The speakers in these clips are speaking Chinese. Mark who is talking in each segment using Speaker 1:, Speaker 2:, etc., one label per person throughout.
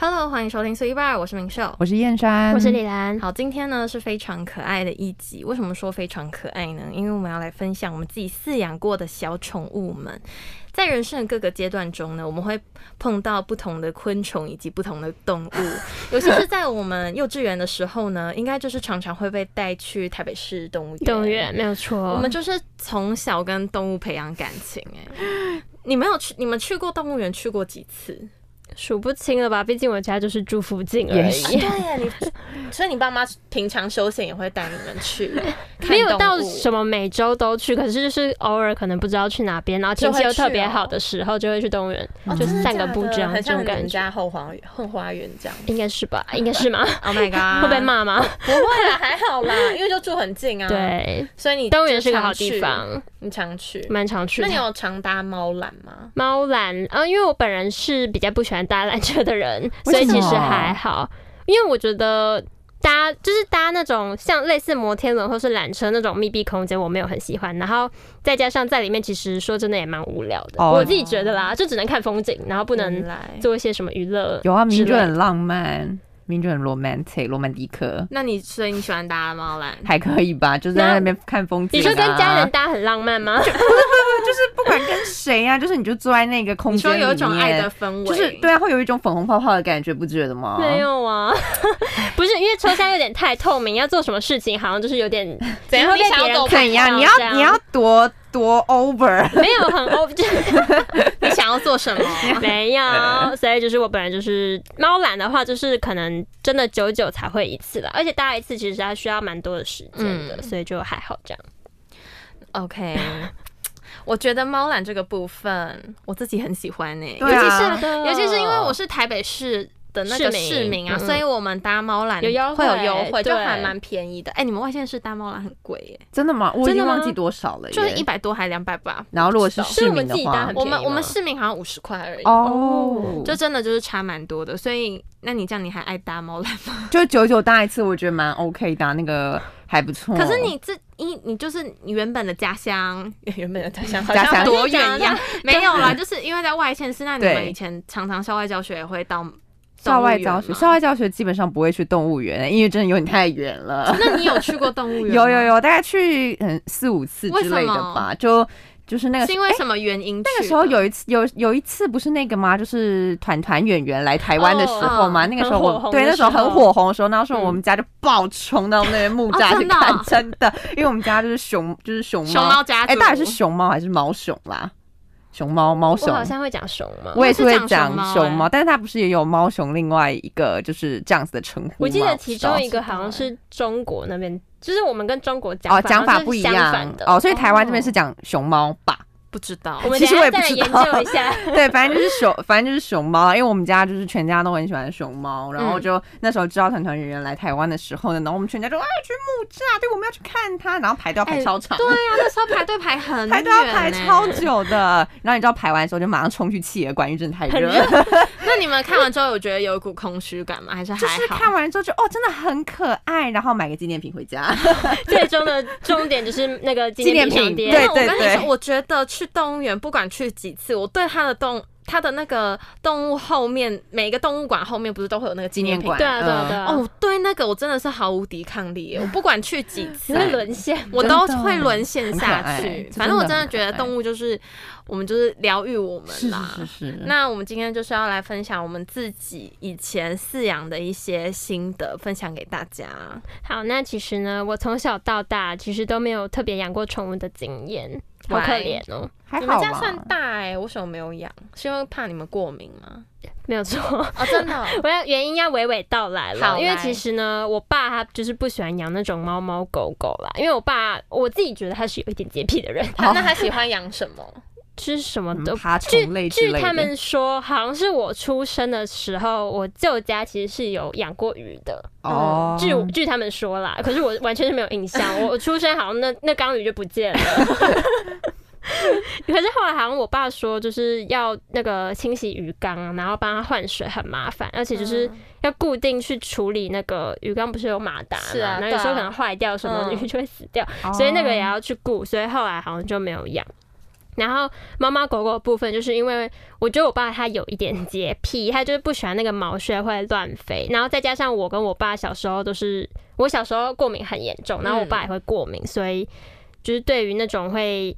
Speaker 1: Hello，欢迎收听 Three Bar，我是明秀。
Speaker 2: 我是燕山，
Speaker 3: 我是李兰。
Speaker 1: 好，今天呢是非常可爱的一集。为什么说非常可爱呢？因为我们要来分享我们自己饲养过的小宠物们。在人生的各个阶段中呢，我们会碰到不同的昆虫以及不同的动物， 尤其是在我们幼稚园的时候呢，应该就是常常会被带去台北市动物园。
Speaker 3: 动物园没有错，
Speaker 1: 我们就是从小跟动物培养感情、哎，你们有去？你们去过动物园去过几次？
Speaker 3: 数不清了吧？毕竟我家就是住附近而
Speaker 2: 也
Speaker 1: 对
Speaker 2: 是
Speaker 3: 已，
Speaker 1: 呀，你所以你爸妈平常休闲也会带你们去 看
Speaker 3: 没有
Speaker 1: 动
Speaker 3: 到
Speaker 1: 物哦
Speaker 3: 什么每周都去，可是就是偶尔可能不知道去哪边，然后天气又特别好的时候，就会去动物园，
Speaker 1: 哦
Speaker 3: 就
Speaker 1: 真的
Speaker 3: 是散个
Speaker 1: 假
Speaker 3: 步
Speaker 1: 的
Speaker 3: 这样，
Speaker 1: 很
Speaker 3: 这种
Speaker 1: 像你们
Speaker 3: 感觉
Speaker 1: 家后花后花园这样。
Speaker 3: 应该是吧？应该是吗？
Speaker 1: Oh my god！
Speaker 3: 会被？骂吗？
Speaker 1: 不会啦，还好啦，因为就住很近啊。，
Speaker 3: 对，
Speaker 1: 所以你
Speaker 3: 动物园是个
Speaker 1: 常
Speaker 3: 好地
Speaker 1: 去，
Speaker 3: 方，
Speaker 1: 你常去。
Speaker 3: 蛮常去
Speaker 1: 那
Speaker 3: 的
Speaker 1: 你。有常搭猫缆吗？
Speaker 3: 猫缆啊，因为我本人是比较不喜欢搭缆车 的人，所以
Speaker 2: 为什
Speaker 3: 其
Speaker 2: 么
Speaker 3: 实还好，因为我觉得。搭就是搭那种像类似摩天轮或是缆车那种密闭空间，我没有很喜欢。然后再加上在里面，其实说真的也蛮无聊的
Speaker 2: 哦嗯
Speaker 3: 我自己觉得啦，就只能看风景，然后不能
Speaker 1: 来。
Speaker 3: 做一些什么娱乐。
Speaker 2: 有啊，
Speaker 3: 之
Speaker 2: 明
Speaker 3: 类
Speaker 2: 就
Speaker 3: 的
Speaker 2: 很浪漫，明就很 romantic，罗曼蒂克，
Speaker 1: 那你所以你喜欢搭猫缆？
Speaker 2: 还可以吧？就是在
Speaker 3: 那
Speaker 2: 那边看风景、啊。
Speaker 3: 你说跟家人搭很浪漫吗？
Speaker 2: 不管跟谁啊，就是你就坐在那个空
Speaker 1: 你
Speaker 2: 间
Speaker 1: 说
Speaker 2: 里面，
Speaker 1: 有一种爱的氛围，
Speaker 2: 就是对啊，会有一种粉红泡泡的感觉，不觉得吗？
Speaker 3: 没有啊， 不是因为车厢有点太透明，要做什么事情好像就是有点
Speaker 1: 怎样
Speaker 3: 因为
Speaker 1: 你想要
Speaker 3: 别人
Speaker 1: 走
Speaker 3: 看
Speaker 2: 怎样？
Speaker 3: 不到
Speaker 2: 你要
Speaker 3: 这样
Speaker 2: 你要多多 over，
Speaker 3: 没有很 o
Speaker 1: 你想要做什么？
Speaker 3: 没
Speaker 1: 哎
Speaker 3: 有，所以就是我本来就是猫懒的话，就是可能真的久久才会一次了，而且搭一次其实它需要蛮多的时间的，
Speaker 1: 嗯
Speaker 3: 所以就还好这样。
Speaker 1: OK，我觉得猫缆这个部分我自己很喜欢欸呢、
Speaker 2: 对啊
Speaker 3: 尤其是
Speaker 1: 尤其是因为我是台北市的那个
Speaker 3: 市民
Speaker 1: 市民啊，
Speaker 3: 嗯
Speaker 1: 所以我们搭猫缆
Speaker 3: 有优
Speaker 1: 会
Speaker 3: 惠
Speaker 1: 有优惠，
Speaker 3: 对
Speaker 1: 就还蛮便宜的。哎、你们外县市搭猫缆很贵耶、
Speaker 2: 真的吗？我已
Speaker 1: 真的
Speaker 2: 经
Speaker 1: 吗
Speaker 2: 忘记多少了耶，
Speaker 1: 就是一百多还两百八。
Speaker 2: 然后如果是
Speaker 1: 不
Speaker 3: 知道
Speaker 2: 市民的
Speaker 3: 是我们自己搭
Speaker 2: 话
Speaker 3: 很，
Speaker 1: 我们
Speaker 3: 便宜吗
Speaker 1: 我们市民好像五十块而已，
Speaker 2: 哦，
Speaker 1: 就真的就是差蛮多的。所以，那你这样你还爱搭猫缆吗？
Speaker 2: 就九九搭一次，我觉得蛮 OK 的啊，那个还不错。
Speaker 1: 可是你这一你就是你原本的家乡，原本的家乡好
Speaker 2: 家乡
Speaker 1: 多远
Speaker 3: 我跟
Speaker 1: 一
Speaker 3: 你
Speaker 1: 样
Speaker 3: 讲，
Speaker 1: 没有啦，就是因为在外县市，那你们
Speaker 2: 对
Speaker 1: 以前常常校外教学也会到
Speaker 2: 校外
Speaker 1: 动物园
Speaker 2: 教
Speaker 1: 吗
Speaker 2: 学，校外教学基本上不会去动物园，因为真的有点太远了。
Speaker 1: 那你有去过动物园？
Speaker 2: 有有，有，大概去嗯四五次
Speaker 1: 为
Speaker 2: 之
Speaker 1: 什
Speaker 2: 类的
Speaker 1: 么
Speaker 2: 吧，就就是那个
Speaker 1: 是
Speaker 2: 时
Speaker 1: 因
Speaker 2: 候。
Speaker 1: 为什么原因去的？
Speaker 2: 那个时候有一次有有一次不是那个吗？就是团团圆圆来台湾的时候
Speaker 1: 嗯
Speaker 2: 嘛
Speaker 3: 哦
Speaker 2: 那个时候
Speaker 3: 很火
Speaker 2: 我
Speaker 3: 红
Speaker 2: 对
Speaker 3: 的
Speaker 2: 那时候
Speaker 3: 时候
Speaker 2: 很火红的时候，那时候我们家就爆冲到那 个木栅
Speaker 1: 哦
Speaker 2: 去
Speaker 1: 真的哦
Speaker 2: 看，真的，因为我们家就是熊就是熊
Speaker 1: 熊猫家族，
Speaker 2: 哎，到底是熊猫还是毛熊啦？熊猫猫
Speaker 3: 我
Speaker 2: 熊，
Speaker 3: 哦好像会讲熊吗？
Speaker 2: 我也是
Speaker 1: 我
Speaker 2: 会
Speaker 1: 是讲
Speaker 2: 讲
Speaker 1: 熊猫
Speaker 2: 熊猫，但是它不是也有猫熊另外一个就是这样子的称呼吗？
Speaker 3: 我记得
Speaker 2: 不
Speaker 3: 其
Speaker 2: 知道
Speaker 3: 中一个好像是中国那边，就是我们跟中国讲
Speaker 2: 哦
Speaker 3: 法
Speaker 2: 讲
Speaker 3: 好像
Speaker 2: 法
Speaker 3: 是
Speaker 2: 不一
Speaker 3: 相
Speaker 2: 样
Speaker 3: 反的
Speaker 2: 哦，所以台湾这边是讲熊猫吧？
Speaker 1: 不知道
Speaker 3: 我。们
Speaker 2: 其
Speaker 3: 等
Speaker 2: 实
Speaker 3: 一
Speaker 2: 我也
Speaker 3: 下再
Speaker 2: 不
Speaker 3: 来
Speaker 2: 知道
Speaker 3: 研究一下。
Speaker 2: 对，反正就是熊， 反正就是熊猫，因为我们家就是全家都很喜欢熊猫，然
Speaker 3: 嗯
Speaker 2: 后就那时候知道团团圆圆来台湾的时候呢，然后我们全家就啊去木栅，对，我们要去看它，然后排队要
Speaker 3: 哎
Speaker 2: 排超
Speaker 1: 哎
Speaker 2: 长。
Speaker 1: 对呀、那时候排队排很远、欸，
Speaker 2: 排队要排超久的，然后你知道排完的时候就马上冲去企鹅馆，因为真的太热了。
Speaker 1: 那你们看完之后有觉得有一股空虚感吗？还是
Speaker 2: 就
Speaker 1: 还
Speaker 2: 是
Speaker 1: 好？
Speaker 2: 看完之后就哦，真的很可爱，然后买个纪念品回家。
Speaker 3: 最终的重点就是那 个纪
Speaker 2: 念
Speaker 3: 念品商
Speaker 2: 品
Speaker 3: 店，
Speaker 2: 对
Speaker 1: 那我跟你说，我觉得去动物园不管去几次，我对它的动它的那个动物后面，每个动物馆后面不是都会有那个纪念品？
Speaker 2: 馆
Speaker 3: 对啊对啊
Speaker 2: 嗯
Speaker 3: 对啊，
Speaker 1: 哦，，对，那个我真的是毫无抵抗力耶，我不管去几次
Speaker 3: 你，会沦陷。
Speaker 1: 我
Speaker 2: 真
Speaker 1: 都
Speaker 2: 的
Speaker 1: 会沦陷
Speaker 2: 很可
Speaker 1: 下
Speaker 2: 爱
Speaker 1: 去。
Speaker 2: 这
Speaker 1: 反正我真
Speaker 2: 真的
Speaker 1: 的
Speaker 2: 很
Speaker 1: 觉
Speaker 2: 可
Speaker 1: 得
Speaker 2: 爱
Speaker 1: 动物就是我们就是疗愈我们啦。
Speaker 2: 是
Speaker 1: 那我们今天就是要来分享我们自己以前饲养的一些心得，分享给大家。
Speaker 3: 好，那其实呢，我从小到大其实都没有特别养过宠物的经验，好可
Speaker 1: Why？
Speaker 3: 怜哦。
Speaker 2: 还
Speaker 1: 你们
Speaker 2: 好
Speaker 1: 家
Speaker 2: 吧
Speaker 1: 算大哎、我为什么没有养？是因为怕你们过敏吗？
Speaker 3: 没有错，
Speaker 1: 哦，真 的哦、
Speaker 3: 我要原因要娓娓道来
Speaker 1: 好
Speaker 3: 了，因为
Speaker 1: 来
Speaker 3: 其实呢，我爸他就是不喜欢养那种猫猫狗狗啦，因为我爸我自己觉得他是有一点洁癖的人，
Speaker 2: 哦
Speaker 1: 他那他喜欢养什么？
Speaker 3: 就是什么
Speaker 2: 嗯
Speaker 3: 都。
Speaker 2: 爬
Speaker 3: 据
Speaker 2: 虫类之
Speaker 3: 据
Speaker 2: 类
Speaker 3: 他
Speaker 2: 的
Speaker 3: 们说，好像是我出生的时候，我舅家其实是有养过鱼的。
Speaker 2: 哦，
Speaker 3: 嗯据我据他们说啦，可是我完全是没有印象。我我出生好像那那缸鱼就不见了。 可是后来好像我爸说，就是要那个清洗鱼缸，啊然后帮他换水很麻烦，而且就是
Speaker 1: 嗯
Speaker 3: 要固定去处理那个鱼缸，不是有马达嘛，
Speaker 1: 是啊
Speaker 3: 然后有时
Speaker 1: 对啊
Speaker 3: 候可能坏掉什么，
Speaker 1: 嗯
Speaker 3: 鱼就会死掉，
Speaker 2: 哦
Speaker 3: 所以那个也要去顾，所以后来好像就没有养。然后猫猫狗狗的部分，就是因为我觉得我爸他有一点洁癖，他就是不喜欢那个毛屑会乱飞，然后再加上我跟我爸小时候都是，我小时候过敏很严重，然后我爸也会过敏，所以就是对于那种会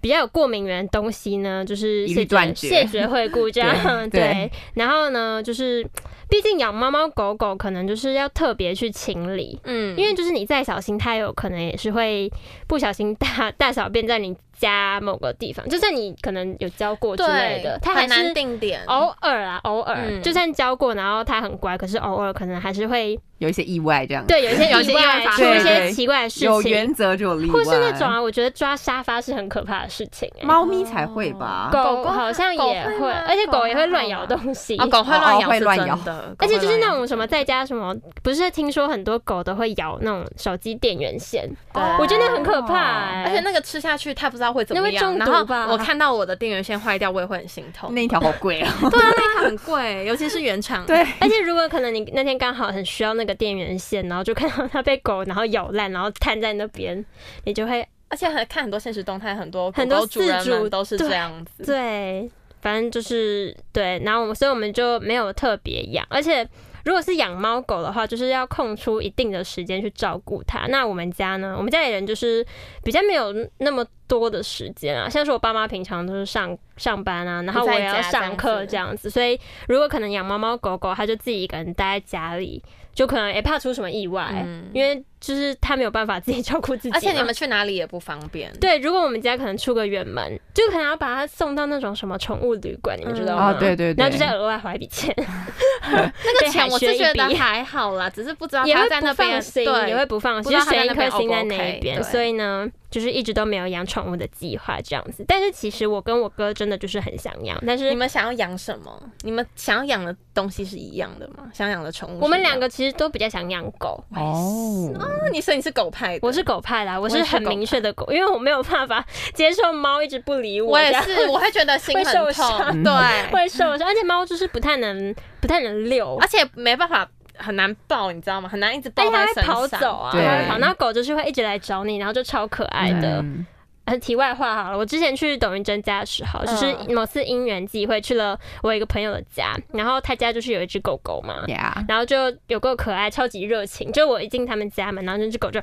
Speaker 3: 比较有过敏源的东西呢，就是
Speaker 2: 一律
Speaker 3: 谢绝
Speaker 2: 断绝
Speaker 3: 谢绝惠顾这样
Speaker 2: 对
Speaker 3: 对。然后呢，就是毕竟养猫猫狗狗，可能就是要特别去清理，
Speaker 1: 嗯，
Speaker 3: 因为就是你再小心，它有可能也是会不小心大大小便在你家某个地方，就算你可能有教过之类的，它还
Speaker 1: 很难
Speaker 3: 是
Speaker 1: 定点哦
Speaker 3: 偶尔啊，偶尔、
Speaker 1: 嗯
Speaker 3: 就算教过，然后它很乖，可是偶尔可能还是会
Speaker 2: 有一些意外这样。，
Speaker 3: 对有一些
Speaker 1: 有一些
Speaker 3: 意外
Speaker 1: 意外发
Speaker 3: 出一
Speaker 2: 生对
Speaker 3: 些
Speaker 2: 对
Speaker 3: 奇怪的事
Speaker 2: 有
Speaker 3: 情，
Speaker 2: 原则就有例外。
Speaker 3: 或是那种啊，我觉得抓沙发是很可怕的事情、欸。
Speaker 2: 猫咪才会吧？
Speaker 1: 啊狗
Speaker 3: 狗
Speaker 1: 狗
Speaker 3: 好像
Speaker 1: 狗
Speaker 3: 也
Speaker 1: 会
Speaker 3: 会，
Speaker 1: 吗
Speaker 3: 而且
Speaker 1: 狗
Speaker 3: 狗也会
Speaker 1: 还
Speaker 3: 乱
Speaker 1: 好
Speaker 3: 咬
Speaker 1: 吧
Speaker 3: 东西
Speaker 1: 啊，狗会
Speaker 2: 哦
Speaker 1: 乱
Speaker 2: 会
Speaker 1: 咬，
Speaker 2: 乱
Speaker 1: 是
Speaker 2: 咬
Speaker 1: 真的，
Speaker 3: 而且就
Speaker 1: 狗
Speaker 3: 是那
Speaker 1: 会乱咬
Speaker 3: 种什么在家什么，不是听说很多狗都会咬那种手机电源线，
Speaker 1: 对
Speaker 3: 我觉得那很可怕、
Speaker 1: 而且
Speaker 3: 欸。
Speaker 1: 那个吃下去，它不知道会怎么样。
Speaker 3: 那
Speaker 1: 然
Speaker 3: 会中
Speaker 1: 后
Speaker 3: 毒吧
Speaker 1: 我看到我的电源线坏掉，我也会很心痛。
Speaker 2: 那一条好贵 啊！
Speaker 1: 对啊，那一台很贵，尤其是原厂。
Speaker 2: 对，
Speaker 3: 而且如果可能你那天刚好很需要那个电源线，然后就看到它被狗然后咬烂，然后瘫在那边，你就会
Speaker 1: 而且很看很多现实动态，很多
Speaker 3: 很多
Speaker 1: 狗狗主人
Speaker 3: 饲主
Speaker 1: 们都是
Speaker 3: 对
Speaker 1: 这样子。
Speaker 3: 对，反正就是对，然后我们所以我们就没有特别养，而且如果是养猫狗的话，就是要空出一定的时间去照顾它。那我们家呢，我们家里人就是比较没有那么多的时间啊，像是我爸妈平常都是上上班啊，然后我也要上课这样子，所以如果可能养猫猫狗狗，他就自己一个人待在家里，就可能也怕出什么意外，
Speaker 1: 嗯
Speaker 3: 因为就是他没有办法自己照 顾自己嘛，
Speaker 1: 而且你们去哪里也不方便。
Speaker 3: 对，如果我们家可能出个远门，就可能要把它送到那种什么宠物旅馆，你们知道吗？
Speaker 2: 哦，对对对，
Speaker 3: 然后就再额外花一笔钱，
Speaker 1: 那
Speaker 3: 被
Speaker 1: 个钱
Speaker 3: 海
Speaker 1: 我
Speaker 3: 削
Speaker 1: 是
Speaker 3: 一
Speaker 1: 觉得
Speaker 3: 笔
Speaker 1: 还好啦，只是不知道
Speaker 3: 也
Speaker 1: 它
Speaker 3: 会
Speaker 1: 在
Speaker 3: 不
Speaker 1: 那边
Speaker 3: 放心，
Speaker 1: 对
Speaker 3: 也会不放
Speaker 1: 不
Speaker 3: 心，
Speaker 1: 知
Speaker 3: 就
Speaker 1: 道
Speaker 3: 是
Speaker 1: 它在
Speaker 3: 悬一
Speaker 1: 那边
Speaker 3: 颗
Speaker 1: O 不
Speaker 3: 心
Speaker 1: OK，
Speaker 3: 在那一边。
Speaker 1: 对
Speaker 3: 所以呢，就是一直都没有养宠物的计划这样子。但是其实我跟我哥真的就是很想养，但
Speaker 1: 你
Speaker 3: 是
Speaker 1: 们想要养什么？你们想要养的东西是一样的吗？想养的宠物是一样的？
Speaker 3: 我们两个其实都比较想养狗。
Speaker 2: 哦，
Speaker 1: 啊，你说你是狗派的，
Speaker 3: 我是狗派啦，我
Speaker 1: 我
Speaker 3: 是
Speaker 1: 也是
Speaker 3: 很
Speaker 1: 狗
Speaker 3: 明确的狗，因为我没有办法 接受猫一直不理
Speaker 1: 我
Speaker 3: 这
Speaker 1: 也
Speaker 3: 样
Speaker 1: 是，我会觉得心
Speaker 3: 会
Speaker 1: 很
Speaker 3: 受
Speaker 1: 痛，
Speaker 2: 伤
Speaker 1: 对，
Speaker 3: 会受伤，而且猫就是不太能不太能遛，
Speaker 1: 而且没办法，很难抱，你知道吗？很难一直
Speaker 3: 而
Speaker 1: 抱
Speaker 3: 且哎
Speaker 1: 在
Speaker 3: 它会
Speaker 1: 身上。
Speaker 3: 跑走啊，它
Speaker 2: 对
Speaker 3: 会跑。然后狗就是会一直来找你，然后就超可爱的。
Speaker 2: 嗯
Speaker 3: 很题外话好了，我之前去董云珍家的时候，就是
Speaker 1: 嗯
Speaker 3: 某次因缘际会去了我一个朋友的家，然后他家就是有一只狗狗嘛。
Speaker 2: ，Yeah，
Speaker 3: 然后就有够可爱，超级热情。就我一进他们家门，然后那 只狗就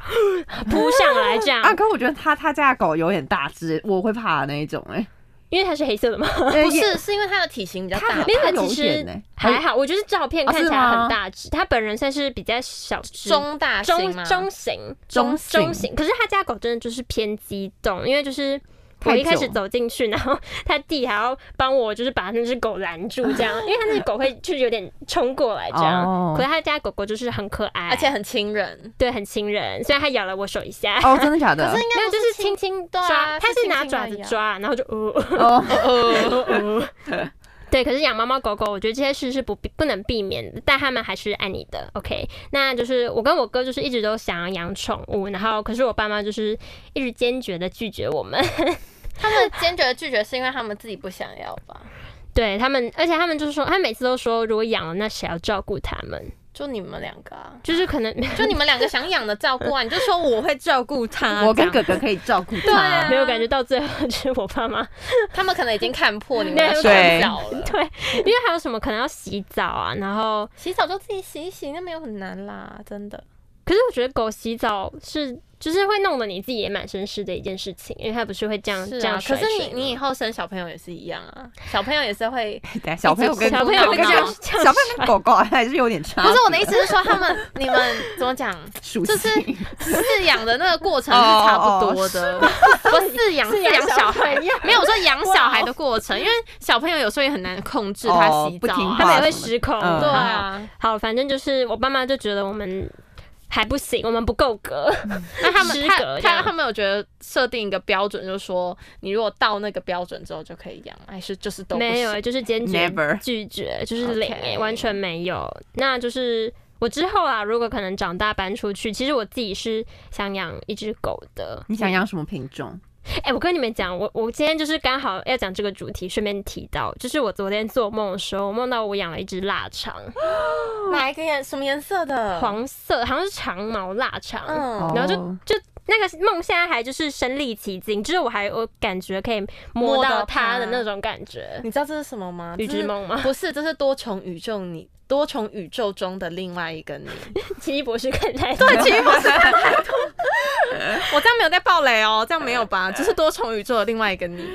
Speaker 3: 扑上来这样
Speaker 2: 啊，，可我觉得他他家的狗有点大只，我会怕的那一种 呃哎，
Speaker 3: 因为它是黑色的嘛。
Speaker 2: 不
Speaker 1: 不是，呃是因为它的体型比较
Speaker 2: 它
Speaker 1: 大
Speaker 2: 很
Speaker 1: 吧，
Speaker 3: 没有
Speaker 2: 它
Speaker 3: 其
Speaker 2: 有
Speaker 3: 实
Speaker 2: 点欸
Speaker 3: 还好，我觉得照片
Speaker 2: 哦
Speaker 3: 看起
Speaker 2: 是
Speaker 3: 来
Speaker 2: 吗
Speaker 3: 很大只，它本人算是比较小只，
Speaker 1: 中大型
Speaker 3: 中
Speaker 1: 吗？
Speaker 3: 中型，
Speaker 2: 中型
Speaker 3: 中型。可是他家狗真的就是偏激动，因为就是。我
Speaker 2: 太
Speaker 3: 一开
Speaker 2: 久
Speaker 3: 始走进去，然后他弟还要帮我，就是把那只狗拦住，这样，因为他那只狗会就是有点冲过来这样。
Speaker 2: 哦
Speaker 3: 可是他家狗狗就是很可爱，
Speaker 1: 而且很亲人。
Speaker 3: 对很亲人，虽然它咬了我手一下，
Speaker 2: 哦，真的假的
Speaker 1: 可是？应
Speaker 3: 没
Speaker 1: 该
Speaker 3: 有
Speaker 1: 不
Speaker 3: 就是
Speaker 1: 亲
Speaker 3: 轻轻
Speaker 1: 对
Speaker 3: 抓，
Speaker 1: 啊
Speaker 3: 它
Speaker 1: 是
Speaker 3: 是拿
Speaker 1: 轻轻
Speaker 3: 爪
Speaker 1: 地
Speaker 3: 子
Speaker 1: 咬
Speaker 3: 抓，然后就哦哦
Speaker 2: 哦，
Speaker 3: 哦哦。 对，可是养猫猫狗狗，我觉得这些事是不不能避免的，但他们还是爱你的。OK，那就是我跟我哥就是一直都想要养宠物，然后可是我爸妈就是一直坚决的拒绝我们。
Speaker 1: 他们坚决的拒绝，是因为他们自己不想要吧？
Speaker 3: 对他们，而且他们就是说，他每次都说，如果养了，那谁要照顾他们？
Speaker 1: 就你们两个啊，
Speaker 3: 就是可能没
Speaker 1: 就你们两个想养的照顾啊，你就说我会照顾
Speaker 3: 啊
Speaker 1: 他。
Speaker 2: 我跟
Speaker 1: 这样
Speaker 2: 哥哥可以照顾
Speaker 1: 对啊
Speaker 2: 它。
Speaker 3: 有感觉到最后 就是我爸妈
Speaker 1: 他们可能已经看破你们的
Speaker 2: 对
Speaker 1: 洗澡了，
Speaker 3: 对，因为还有什么可能要洗澡啊，然后
Speaker 1: 洗澡就自己洗一洗，那没有很难啦，真的。
Speaker 3: 可是我觉得狗洗澡是就是会弄得你自己也满身湿的一件事情，因为它不是会这样、
Speaker 1: 是
Speaker 3: 嗯这
Speaker 1: 啊，
Speaker 3: 样
Speaker 1: 可
Speaker 3: 甩
Speaker 1: 是
Speaker 3: 水吗。
Speaker 1: 你你以后生小朋友也是一样啊，小朋友也是会。
Speaker 2: 等一下小朋友跟
Speaker 3: 小朋友
Speaker 2: 狗
Speaker 3: 会
Speaker 2: 狗
Speaker 3: 这样这样
Speaker 2: 小朋友跟狗狗还是有点差。
Speaker 1: 不 是我的意思是说，他们你们怎么讲，
Speaker 2: 属
Speaker 1: 就
Speaker 2: 性，
Speaker 1: 是饲养的那个过程是差不多的，不是饲养
Speaker 3: 饲
Speaker 1: 饲
Speaker 3: 养
Speaker 1: 养小
Speaker 3: 小
Speaker 1: 孩
Speaker 3: 朋友，
Speaker 1: 没有我说养小孩的过程，因为小朋友有时候也很难控制他
Speaker 2: 哦
Speaker 1: 洗
Speaker 2: 不
Speaker 1: 澡
Speaker 2: 听
Speaker 3: 他
Speaker 1: 啊，
Speaker 2: 话
Speaker 3: 们也会失控。
Speaker 2: 嗯
Speaker 1: 对啊，
Speaker 3: 好，反正就是我爸妈就觉得我们还不行，我们不够格。
Speaker 1: 那他们
Speaker 3: 失
Speaker 1: 他
Speaker 3: 格这
Speaker 1: 他
Speaker 3: 样
Speaker 1: 他们有觉得设定一个标准，就是说你如果到那个标准之后就可以养，还是就是都不
Speaker 3: 没
Speaker 1: 行
Speaker 3: 有，就是坚决
Speaker 2: Never
Speaker 3: 拒绝，就是零
Speaker 1: OK
Speaker 3: 完全没有。那就是我之后啊，如果可能长大搬出去，其实我自己是想养一只狗的。
Speaker 2: 你想养什么品种？
Speaker 3: 哎、我跟你们讲，我我今天就是刚好要讲这个主题，顺便提到，就是我昨天做梦的时候，我梦到我养了一只腊肠，
Speaker 1: 哪一个颜什么颜色的
Speaker 3: 黄色，好像是长毛腊肠。
Speaker 1: 嗯
Speaker 3: 然后
Speaker 2: 哦
Speaker 3: 就那个梦现在还就是身历其境，就是我还我感觉可以摸
Speaker 1: 摸
Speaker 3: 到
Speaker 1: 到
Speaker 3: 它的
Speaker 1: 它
Speaker 3: 那种感觉。
Speaker 1: 你知道这是什么吗？
Speaker 3: 预
Speaker 1: 这
Speaker 3: 知
Speaker 1: 是
Speaker 3: 梦 吗？
Speaker 1: 不是，这是多重宇宙你多重宇宙中的另外一个 你。
Speaker 3: 奇异博士看太多，对，
Speaker 1: 奇异博士看太 多，我这样没有在暴雷哦，这样没有 吧？就是多重宇宙的另外一个你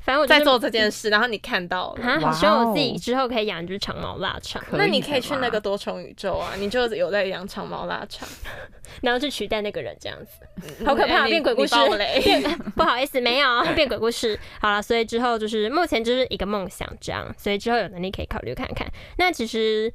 Speaker 3: 反正我就
Speaker 1: 在
Speaker 3: 是
Speaker 1: 做这件事，然后你看到了。
Speaker 3: 啊，好
Speaker 2: 哇
Speaker 3: 希望我
Speaker 2: 哦
Speaker 3: 自己之后可以养一只长毛腊肠，
Speaker 2: 可
Speaker 1: 那你可以
Speaker 2: 的
Speaker 1: 去
Speaker 2: 啦
Speaker 1: 那个多重宇宙啊，你就有在养长毛腊肠，
Speaker 3: 然后去取代那个人这 样子，好可怕，
Speaker 1: 哎你
Speaker 3: 变鬼故
Speaker 1: 你
Speaker 3: 事
Speaker 1: 暴雷，
Speaker 3: 不好意思，没有变鬼故事。好了，所以之后就是目前就是一个梦想这样，所以之后有能力可以考虑看看。那其实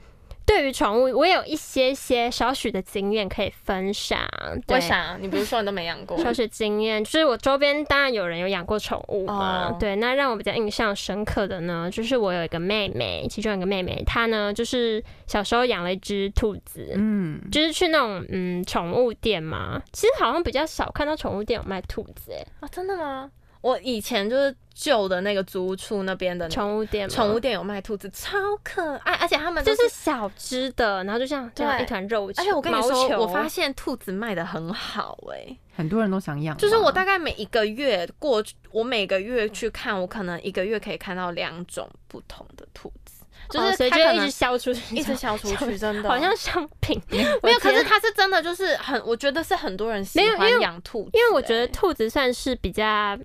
Speaker 3: 对于宠物，我有一些些少许的经验可以分享。对
Speaker 1: 为？啥？你不是说你都没养过？
Speaker 3: 少许经验，就是我周边当然有人有养过宠物嘛
Speaker 1: 哦
Speaker 3: 对。那让我比较印象深刻的呢，就是我有一个妹妹，其中有一个妹妹，她呢就是小时候养了一只兔子，
Speaker 2: 嗯，
Speaker 3: 就是去那种嗯宠物店嘛，其实好像比较少看到宠物店有卖兔子、欸，
Speaker 1: 啊，真的吗？我以前就是旧的那个租屋处那边的
Speaker 3: 宠物店
Speaker 1: 嗯
Speaker 3: 吗，
Speaker 1: 宠物店有卖兔子，超可爱，而且他们都
Speaker 3: 就是小只的，然后就像这样
Speaker 1: 对
Speaker 3: 一团肉球，
Speaker 1: 而且我跟你
Speaker 3: 毛
Speaker 1: 说，
Speaker 3: 球
Speaker 1: 我发现兔子卖的很好哎、
Speaker 2: 很多人都想养吧，
Speaker 1: 就是我大概每一个月过去，我每个月去看，我可能一个月可以看到两种不同的兔子，就
Speaker 3: 哦所
Speaker 1: 是
Speaker 3: 以
Speaker 1: 它
Speaker 3: 就
Speaker 1: 可
Speaker 3: 会一
Speaker 1: 能
Speaker 3: 直消出去，
Speaker 1: 一直消出去，真的
Speaker 3: 好像商品，
Speaker 1: 没有。
Speaker 3: 我的
Speaker 1: 可是
Speaker 3: 天
Speaker 1: 它是真的，就是很，我觉得是很多人喜
Speaker 3: 没有因为
Speaker 1: 欢养兔子欸、
Speaker 3: 因为我觉得兔子算是比较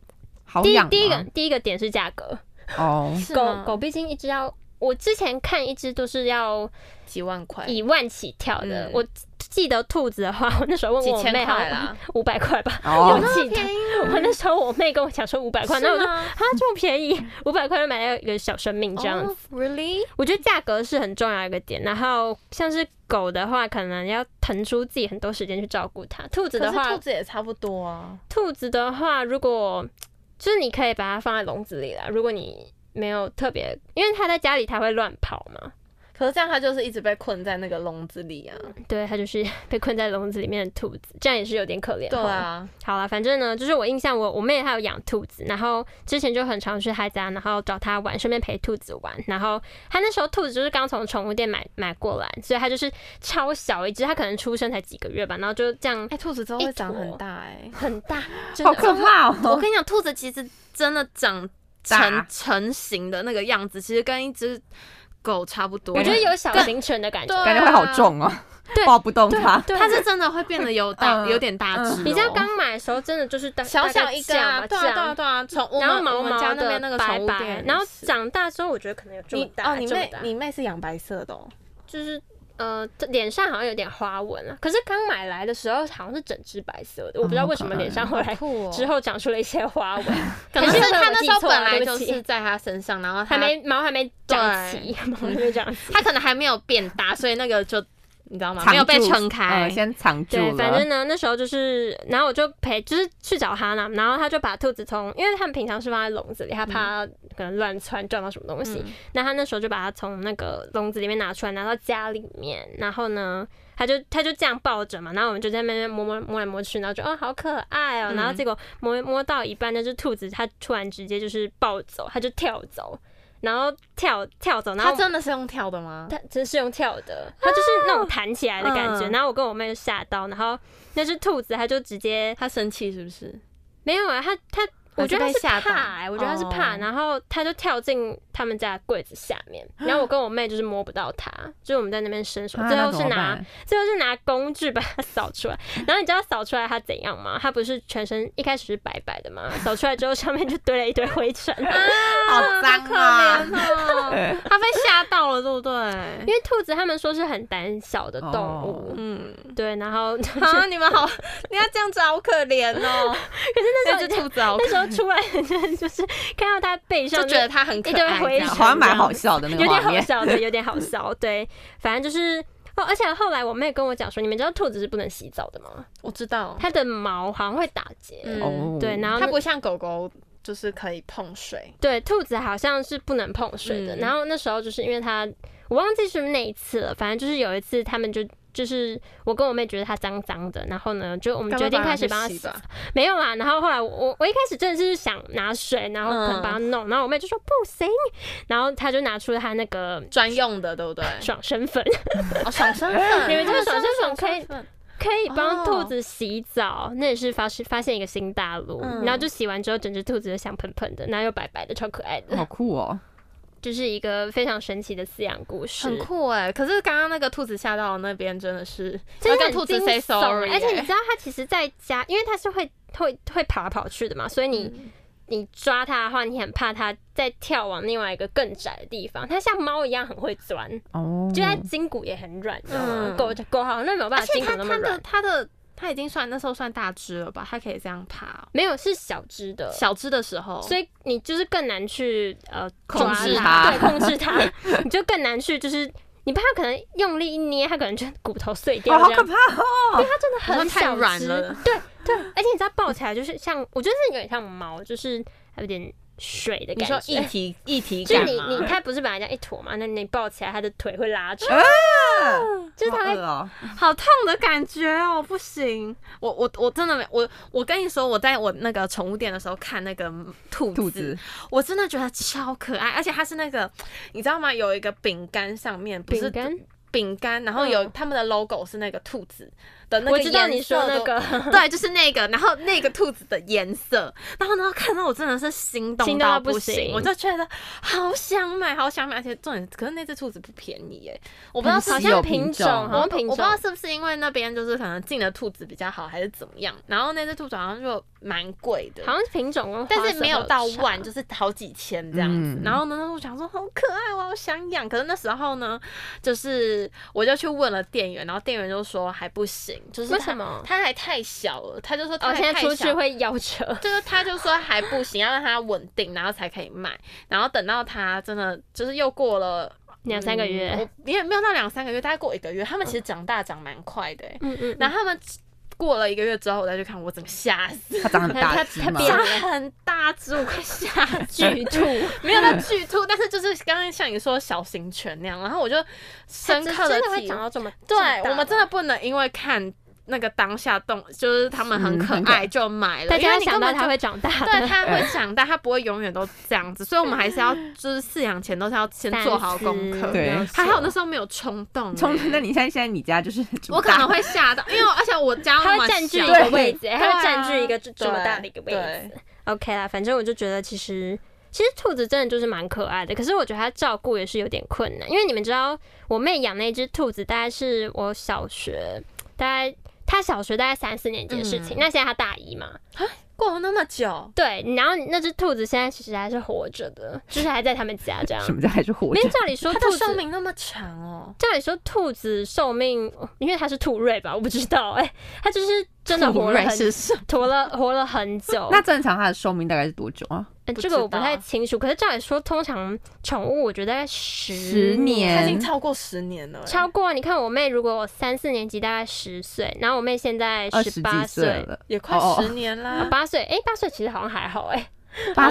Speaker 2: 好
Speaker 3: 第一
Speaker 2: 养吗
Speaker 3: 第一个第一个点是价格，
Speaker 2: 哦，
Speaker 1: 是
Speaker 3: 狗
Speaker 1: 吗
Speaker 3: 狗毕竟一只要。我之前看一只都是要
Speaker 1: 几万块，
Speaker 3: 一万起跳的，
Speaker 1: 嗯
Speaker 3: 我记得兔子的话， 我那时候问
Speaker 1: 几
Speaker 3: 我
Speaker 1: 千
Speaker 3: 妹，好
Speaker 1: 块
Speaker 3: 像
Speaker 1: 啦，
Speaker 3: 五百块吧，
Speaker 2: 哦
Speaker 3: 我记得
Speaker 1: 便。宜
Speaker 3: 我那时候我妹跟我讲说五百块，那我就啊
Speaker 1: 啊，
Speaker 3: 这么便宜， 五百块就买到一个小生命这样子。
Speaker 1: 哦 really？
Speaker 3: 我觉得价格是很重要一个点，然后像是狗的话，可能要腾出自己很多时间去照顾它。兔子
Speaker 1: 可
Speaker 3: 的
Speaker 1: 是
Speaker 3: 话，
Speaker 1: 兔
Speaker 3: 兔
Speaker 1: 子也差不多啊。
Speaker 3: 子的话，如果就是你可以把它放在笼子里啦，如果你没有特别，因为它在家里它会乱跑嘛，
Speaker 1: 可是这样，它就是一直被困在那个笼子里啊。
Speaker 3: 对，它就是 被困在笼子里面的兔子，这样也是有点可怜。
Speaker 1: 对，啊，
Speaker 3: 好了，反正呢，就是我印象我我妹她有养兔子，然后之前就很常去她家，然后找她玩，顺便陪兔子玩。然后她那时候兔子就是刚从宠物店买买过来，所以它就是超小一只，它可能出生才几个月吧，然后就这样
Speaker 1: 哎、兔子都
Speaker 3: 一
Speaker 1: 会长
Speaker 3: 坨
Speaker 1: 很大哎、
Speaker 3: 很大，真
Speaker 2: 好
Speaker 3: 的。
Speaker 2: 可怕
Speaker 1: 我
Speaker 2: 哦，
Speaker 1: 跟你讲，兔子其实真的长
Speaker 2: 大
Speaker 1: 成成型的那个样子，其实跟一只狗差不多。
Speaker 3: 我觉得有小型犬的感觉，
Speaker 1: 对啊
Speaker 2: 感觉会好重哦，
Speaker 3: 对
Speaker 2: 抱不动它。
Speaker 3: 对
Speaker 1: 它是真的会变得有大
Speaker 2: 嗯
Speaker 1: 有点大只哦、
Speaker 3: 你知道刚买的时候真的就是大
Speaker 1: 小
Speaker 3: 大
Speaker 1: 小
Speaker 3: 概
Speaker 1: 一个啊，
Speaker 3: 这
Speaker 1: 对
Speaker 3: 样
Speaker 1: 啊对啊对啊，从我
Speaker 3: 然后
Speaker 1: 们
Speaker 3: 毛
Speaker 1: 我们
Speaker 3: 毛
Speaker 1: 家那
Speaker 3: 的
Speaker 1: 边那个
Speaker 3: 白
Speaker 1: 宠物
Speaker 3: 白，
Speaker 1: 店，
Speaker 3: 然后长大之后我觉得可能有这么
Speaker 1: 你
Speaker 3: 大，
Speaker 1: 哦，你
Speaker 3: 这么
Speaker 1: 妹
Speaker 3: 大
Speaker 1: 你妹是养白色的、哦，
Speaker 3: 就是呃，这脸上好像有点花纹啊。可是刚买来的时候好像是整只白色的，我不知道为什么脸上后来
Speaker 1: 好酷哦
Speaker 3: 之后长出了一些花 纹，
Speaker 1: 可能
Speaker 3: 是
Speaker 1: 是
Speaker 3: 因为
Speaker 1: 它
Speaker 3: 我
Speaker 1: 那
Speaker 3: 记
Speaker 1: 时候
Speaker 3: 错
Speaker 1: 本
Speaker 3: 了
Speaker 1: 来
Speaker 3: 对不
Speaker 1: 就
Speaker 3: 起
Speaker 1: 是在它身上，然后它
Speaker 3: 还没毛还没
Speaker 1: 对
Speaker 3: 长齐，毛还没长齐。
Speaker 1: 它可能还没有变大，所以那个就你知道吗？
Speaker 2: 藏
Speaker 1: 没有被
Speaker 2: 住
Speaker 1: 撑开。
Speaker 2: 呃先藏住
Speaker 3: 对，
Speaker 2: 了。
Speaker 3: 反正呢，那时候就是，然后我就陪，就是去找他呢，然后他就把兔子从，因为他们平常是放在笼子里，他怕它可能乱窜撞到什么东西，
Speaker 1: 嗯
Speaker 3: 那他那时候就把它从那个笼子里面拿出来，拿到家里面，然后呢，他就他就这样抱着嘛，然后我们就在那边摸摸摸来摸去，然后就哦好可爱哦，
Speaker 1: 嗯
Speaker 3: 然后结果摸摸到一半，那只兔子它突然直接就是暴走，它就跳走，然后跳跳走，然
Speaker 1: 它
Speaker 3: 后
Speaker 1: 真的是用跳的吗？
Speaker 3: 它真是用跳的，它就是那种弹起来的感觉，
Speaker 1: 嗯
Speaker 3: 然后我跟我妹就吓到，然后那只兔子它就直接
Speaker 1: 它生气是不是？
Speaker 3: 没有啊，它它。我觉得它
Speaker 1: 还
Speaker 3: 是
Speaker 1: 是被吓到
Speaker 3: 怕、欸，我觉得它是怕，
Speaker 1: 哦
Speaker 3: 然后它就跳进他们家的柜子下面，然后我跟我妹就是摸不到它，就是我们在那边伸手，
Speaker 2: 啊
Speaker 3: 最
Speaker 2: 那
Speaker 3: 后
Speaker 2: 怎
Speaker 3: 是
Speaker 2: 么
Speaker 3: 拿
Speaker 2: 办
Speaker 3: 最后是拿工具把它扫出来，然后你知道扫出来它怎样吗？它不是全身一开始是白白的吗？扫出来之后上面就堆了一堆灰尘，
Speaker 2: 好脏 啊！
Speaker 1: 哦，它被吓到了，对不对？
Speaker 3: 因为兔子他们说是很胆小的动物，
Speaker 1: 嗯，
Speaker 3: 对，然后
Speaker 1: 啊，你们好，你要这样子好可怜哦。 可是那只兔子好可
Speaker 3: 那时候出来 的人就是看到它背上
Speaker 1: 就觉得它很可
Speaker 3: 一堆
Speaker 1: 爱
Speaker 3: 灰
Speaker 1: 这样，
Speaker 2: 好像蛮好笑的那
Speaker 3: 有
Speaker 2: 个
Speaker 3: 点
Speaker 2: 画
Speaker 3: 好
Speaker 2: 面，
Speaker 3: 笑的， 有点好笑。对，反正就是哦，而且后来我妹跟我讲说，你们知道兔子是不能洗澡的吗？
Speaker 1: 我知道，
Speaker 3: 它的毛好像会打结。
Speaker 1: 哦嗯
Speaker 2: 哦
Speaker 3: 对，然后
Speaker 1: 它
Speaker 3: 那
Speaker 1: 不像狗狗，就是可以碰水。
Speaker 3: 对兔子好像是不能碰水的。
Speaker 1: 嗯
Speaker 3: 然后那时候就是因为它，我忘记是不是那一次了，反正就是有一次他们就。就是我跟我妹觉得它脏脏的，然后呢，就我们决定开始帮它洗
Speaker 1: 洗吧。
Speaker 3: 没有啦，然后后来我我我一开始真的是想拿水，然后可
Speaker 1: 嗯
Speaker 3: 能把它弄，然后我妹就说不行，然后她就拿出她那个
Speaker 1: 专用的，对不对？
Speaker 3: 爽身粉，
Speaker 1: 哦，爽身
Speaker 3: 你
Speaker 1: 粉，
Speaker 3: 们这个爽身粉可以
Speaker 1: 以，
Speaker 3: 可以
Speaker 1: 哦
Speaker 3: 帮兔子洗澡，那也是发现发现一个新大陆。
Speaker 1: 嗯
Speaker 3: 然后就洗完之后，整只兔子就香喷喷的，然后又白白的，超可爱的，
Speaker 2: 好酷 哦！
Speaker 3: 就是一个非常神奇的饲养故事。
Speaker 1: 很酷哎、可是刚刚那个兔子吓到的那边真的是
Speaker 3: 真
Speaker 1: 要
Speaker 3: 的
Speaker 1: 跟
Speaker 3: 很
Speaker 1: 兔
Speaker 3: 惊
Speaker 1: 子
Speaker 3: 悚
Speaker 1: say sorry，
Speaker 3: 而且你
Speaker 1: 欸
Speaker 3: 知道它其实在家，因为它是会会会跑来跑去的嘛，所以
Speaker 1: 嗯
Speaker 3: 你、你抓它的话，你很怕它再跳往另外一个更窄的地方。它像猫一样很会钻，
Speaker 2: 哦，
Speaker 3: 就它筋骨也很软，你知道
Speaker 1: 嗯？
Speaker 3: 吗狗狗好像没有办
Speaker 1: 而
Speaker 3: 法
Speaker 1: 且
Speaker 3: 筋骨
Speaker 1: 它
Speaker 3: 那么
Speaker 1: 它的
Speaker 3: 软，
Speaker 1: 它的它已经算那时候算大只了吧，它可以这样爬哦、
Speaker 3: 没有是小只的，
Speaker 1: 小只的时候，
Speaker 3: 所以你就是更难去呃
Speaker 2: 控
Speaker 3: 抓
Speaker 1: 制
Speaker 2: 它
Speaker 3: 它，对，控 制它，你就更难去就是。你怕它可能用力一捏，它可能就骨头碎掉
Speaker 2: 哦，
Speaker 3: 这
Speaker 2: 好
Speaker 3: 样。
Speaker 2: 可怕哦！
Speaker 3: 它真的
Speaker 1: 好
Speaker 3: 很
Speaker 1: 像太
Speaker 3: 小
Speaker 1: 软
Speaker 3: 只
Speaker 1: 了
Speaker 3: 对对，而且你知道抱起来就是像，我觉得是有点像毛，就是还有点水的
Speaker 1: 你
Speaker 3: 感
Speaker 1: 说
Speaker 3: 觉。
Speaker 1: 一体一体
Speaker 3: 就是
Speaker 1: 感
Speaker 3: 你你
Speaker 1: 吗？
Speaker 3: 它不是本来这样一坨嘛？那你抱起来，它的腿会拉长，就是
Speaker 2: 好
Speaker 3: 它
Speaker 2: 饿
Speaker 3: 会
Speaker 2: 哦，
Speaker 1: 好痛的感觉哦，不行，我我我真的没我我跟你说，我在我那个宠物店的时候看那个兔子，
Speaker 2: 兔子
Speaker 1: 我真的觉得超可爱，而且它是那个你知道吗？有一个饼干上面不是
Speaker 3: 饼干。
Speaker 1: 饼干，然后有、
Speaker 3: 嗯
Speaker 1: 他们的 logo 是那个兔子的那个
Speaker 3: 我知道
Speaker 1: 颜
Speaker 3: 你
Speaker 1: 色
Speaker 3: 说那
Speaker 1: 的
Speaker 3: 个
Speaker 1: 对，就是那个，然后那个兔子的颜色，然后呢，看到我真的是心动
Speaker 3: 心动到
Speaker 1: 不
Speaker 3: 不行
Speaker 1: 我就觉得好想买，好想买，而且重点，可是那只兔子不便宜耶，我不知道是
Speaker 3: 好
Speaker 2: 很
Speaker 1: 不
Speaker 2: 稀
Speaker 1: 是
Speaker 2: 有
Speaker 3: 像
Speaker 2: 品
Speaker 3: 品
Speaker 2: 种
Speaker 3: 种，好
Speaker 1: 我
Speaker 3: 像
Speaker 1: 不
Speaker 3: 品
Speaker 1: 我不知
Speaker 3: 种
Speaker 1: 道是不是因为那边就是可能进的兔子比较好，还是怎么样，然后那只兔子好像就蛮贵的，
Speaker 3: 好像是品种跟
Speaker 1: 但
Speaker 3: 花
Speaker 1: 是
Speaker 3: 色
Speaker 1: 没有
Speaker 3: 会
Speaker 1: 到
Speaker 3: 差
Speaker 1: 万，就是好几千这样子。
Speaker 2: 嗯
Speaker 1: 然后呢，我想说好可爱，我好想养。可是那时候呢，就是我就去问了店员，然后店员就说还不行，就是
Speaker 3: 为
Speaker 1: 它
Speaker 3: 什么
Speaker 1: 它还太小了，他就说它
Speaker 3: 哦，
Speaker 1: 还
Speaker 3: 现在
Speaker 1: 太
Speaker 3: 出去
Speaker 1: 小
Speaker 3: 会夭折。
Speaker 1: 就是他就说还不行，要让它稳定，然后才可以卖。然后等到它真的就是又过了
Speaker 3: 两三个月
Speaker 1: 嗯我也没有到两三个月，大概过一个月，他们其实长大长蛮快的、欸。
Speaker 3: 嗯嗯，
Speaker 1: 然后他们过了一个月之后，我再去看，我整个吓死，
Speaker 2: 它长很大
Speaker 3: 它
Speaker 2: 只
Speaker 3: 它
Speaker 2: 吗？
Speaker 3: 变
Speaker 1: 它很大只，我快吓 死。
Speaker 3: 巨兔，
Speaker 1: 没有到巨兔，但是就是刚刚像你说小型犬那样，然后我就深刻
Speaker 3: 它真
Speaker 1: 的
Speaker 3: 真的会
Speaker 1: 体
Speaker 3: 长到这么这么
Speaker 1: 对
Speaker 3: 大
Speaker 1: 我们真的不能因为看那个当下动，就是他们很
Speaker 2: 嗯
Speaker 1: 可
Speaker 2: 很可
Speaker 1: 爱就买了，
Speaker 3: 大
Speaker 1: 因为
Speaker 3: 家
Speaker 1: 你
Speaker 3: 想
Speaker 1: 根
Speaker 3: 到
Speaker 1: 本就
Speaker 3: 它会长大
Speaker 1: 对，它会长大，它不会永远都这样子，所以我们还是 要就是饲养前都是要先做好功课。
Speaker 2: 对
Speaker 1: 还好那时候没有冲动、
Speaker 2: 冲
Speaker 1: 欸，
Speaker 2: 那你现在现在你家就是
Speaker 1: 我可能会吓到，因为我而且我家那
Speaker 3: 它会
Speaker 1: 么
Speaker 3: 占据
Speaker 1: 小
Speaker 3: 一个
Speaker 2: 对
Speaker 3: 位置，欸它会
Speaker 1: 对啊
Speaker 3: 占据一个这这么大的一个位
Speaker 1: 对
Speaker 3: 置。OK 啦，反正我就觉得其实其实兔子真的就是蛮可爱的，可是我觉得它照顾也是有点困难，因为你们知道我妹养那只兔子，大概是我小学大概。她小学大概三四年级的事
Speaker 1: 嗯
Speaker 3: 情，那现在她大一嘛，
Speaker 1: 过了那么久，
Speaker 3: 对，然后那只兔子现在其实还是活着的，就是还在他们家这 样
Speaker 2: 什。么叫还是活
Speaker 3: 没
Speaker 2: 着
Speaker 3: 有？照理说
Speaker 1: 它
Speaker 3: 兔
Speaker 1: 的
Speaker 3: 子
Speaker 1: 寿命那么长哦，
Speaker 3: 照理说，兔子寿命，因为它是兔瑞吧，我不知道，哎、它就是 真的活了
Speaker 1: 瑞
Speaker 3: 很，
Speaker 1: 是什么？
Speaker 3: 活了活了很 久。
Speaker 2: 那正常它的寿命大概是多久啊？
Speaker 3: 呃
Speaker 1: 不
Speaker 3: 这个
Speaker 1: 知
Speaker 3: 我不
Speaker 1: 道
Speaker 3: 太清楚，可是照理说，通常宠物我觉得大概十
Speaker 2: 十年
Speaker 1: 它已经超过十年了欸，
Speaker 3: 超过。啊你看我妹，如果我三四年级大概十岁，然后我妹现在
Speaker 2: 二
Speaker 3: 十
Speaker 2: 十
Speaker 3: 八
Speaker 2: 几岁
Speaker 3: 岁，
Speaker 2: 了，
Speaker 1: 也快
Speaker 2: 哦哦
Speaker 1: 十年啦。
Speaker 3: 八岁，哎，八岁其实好像还好，哎，
Speaker 2: 八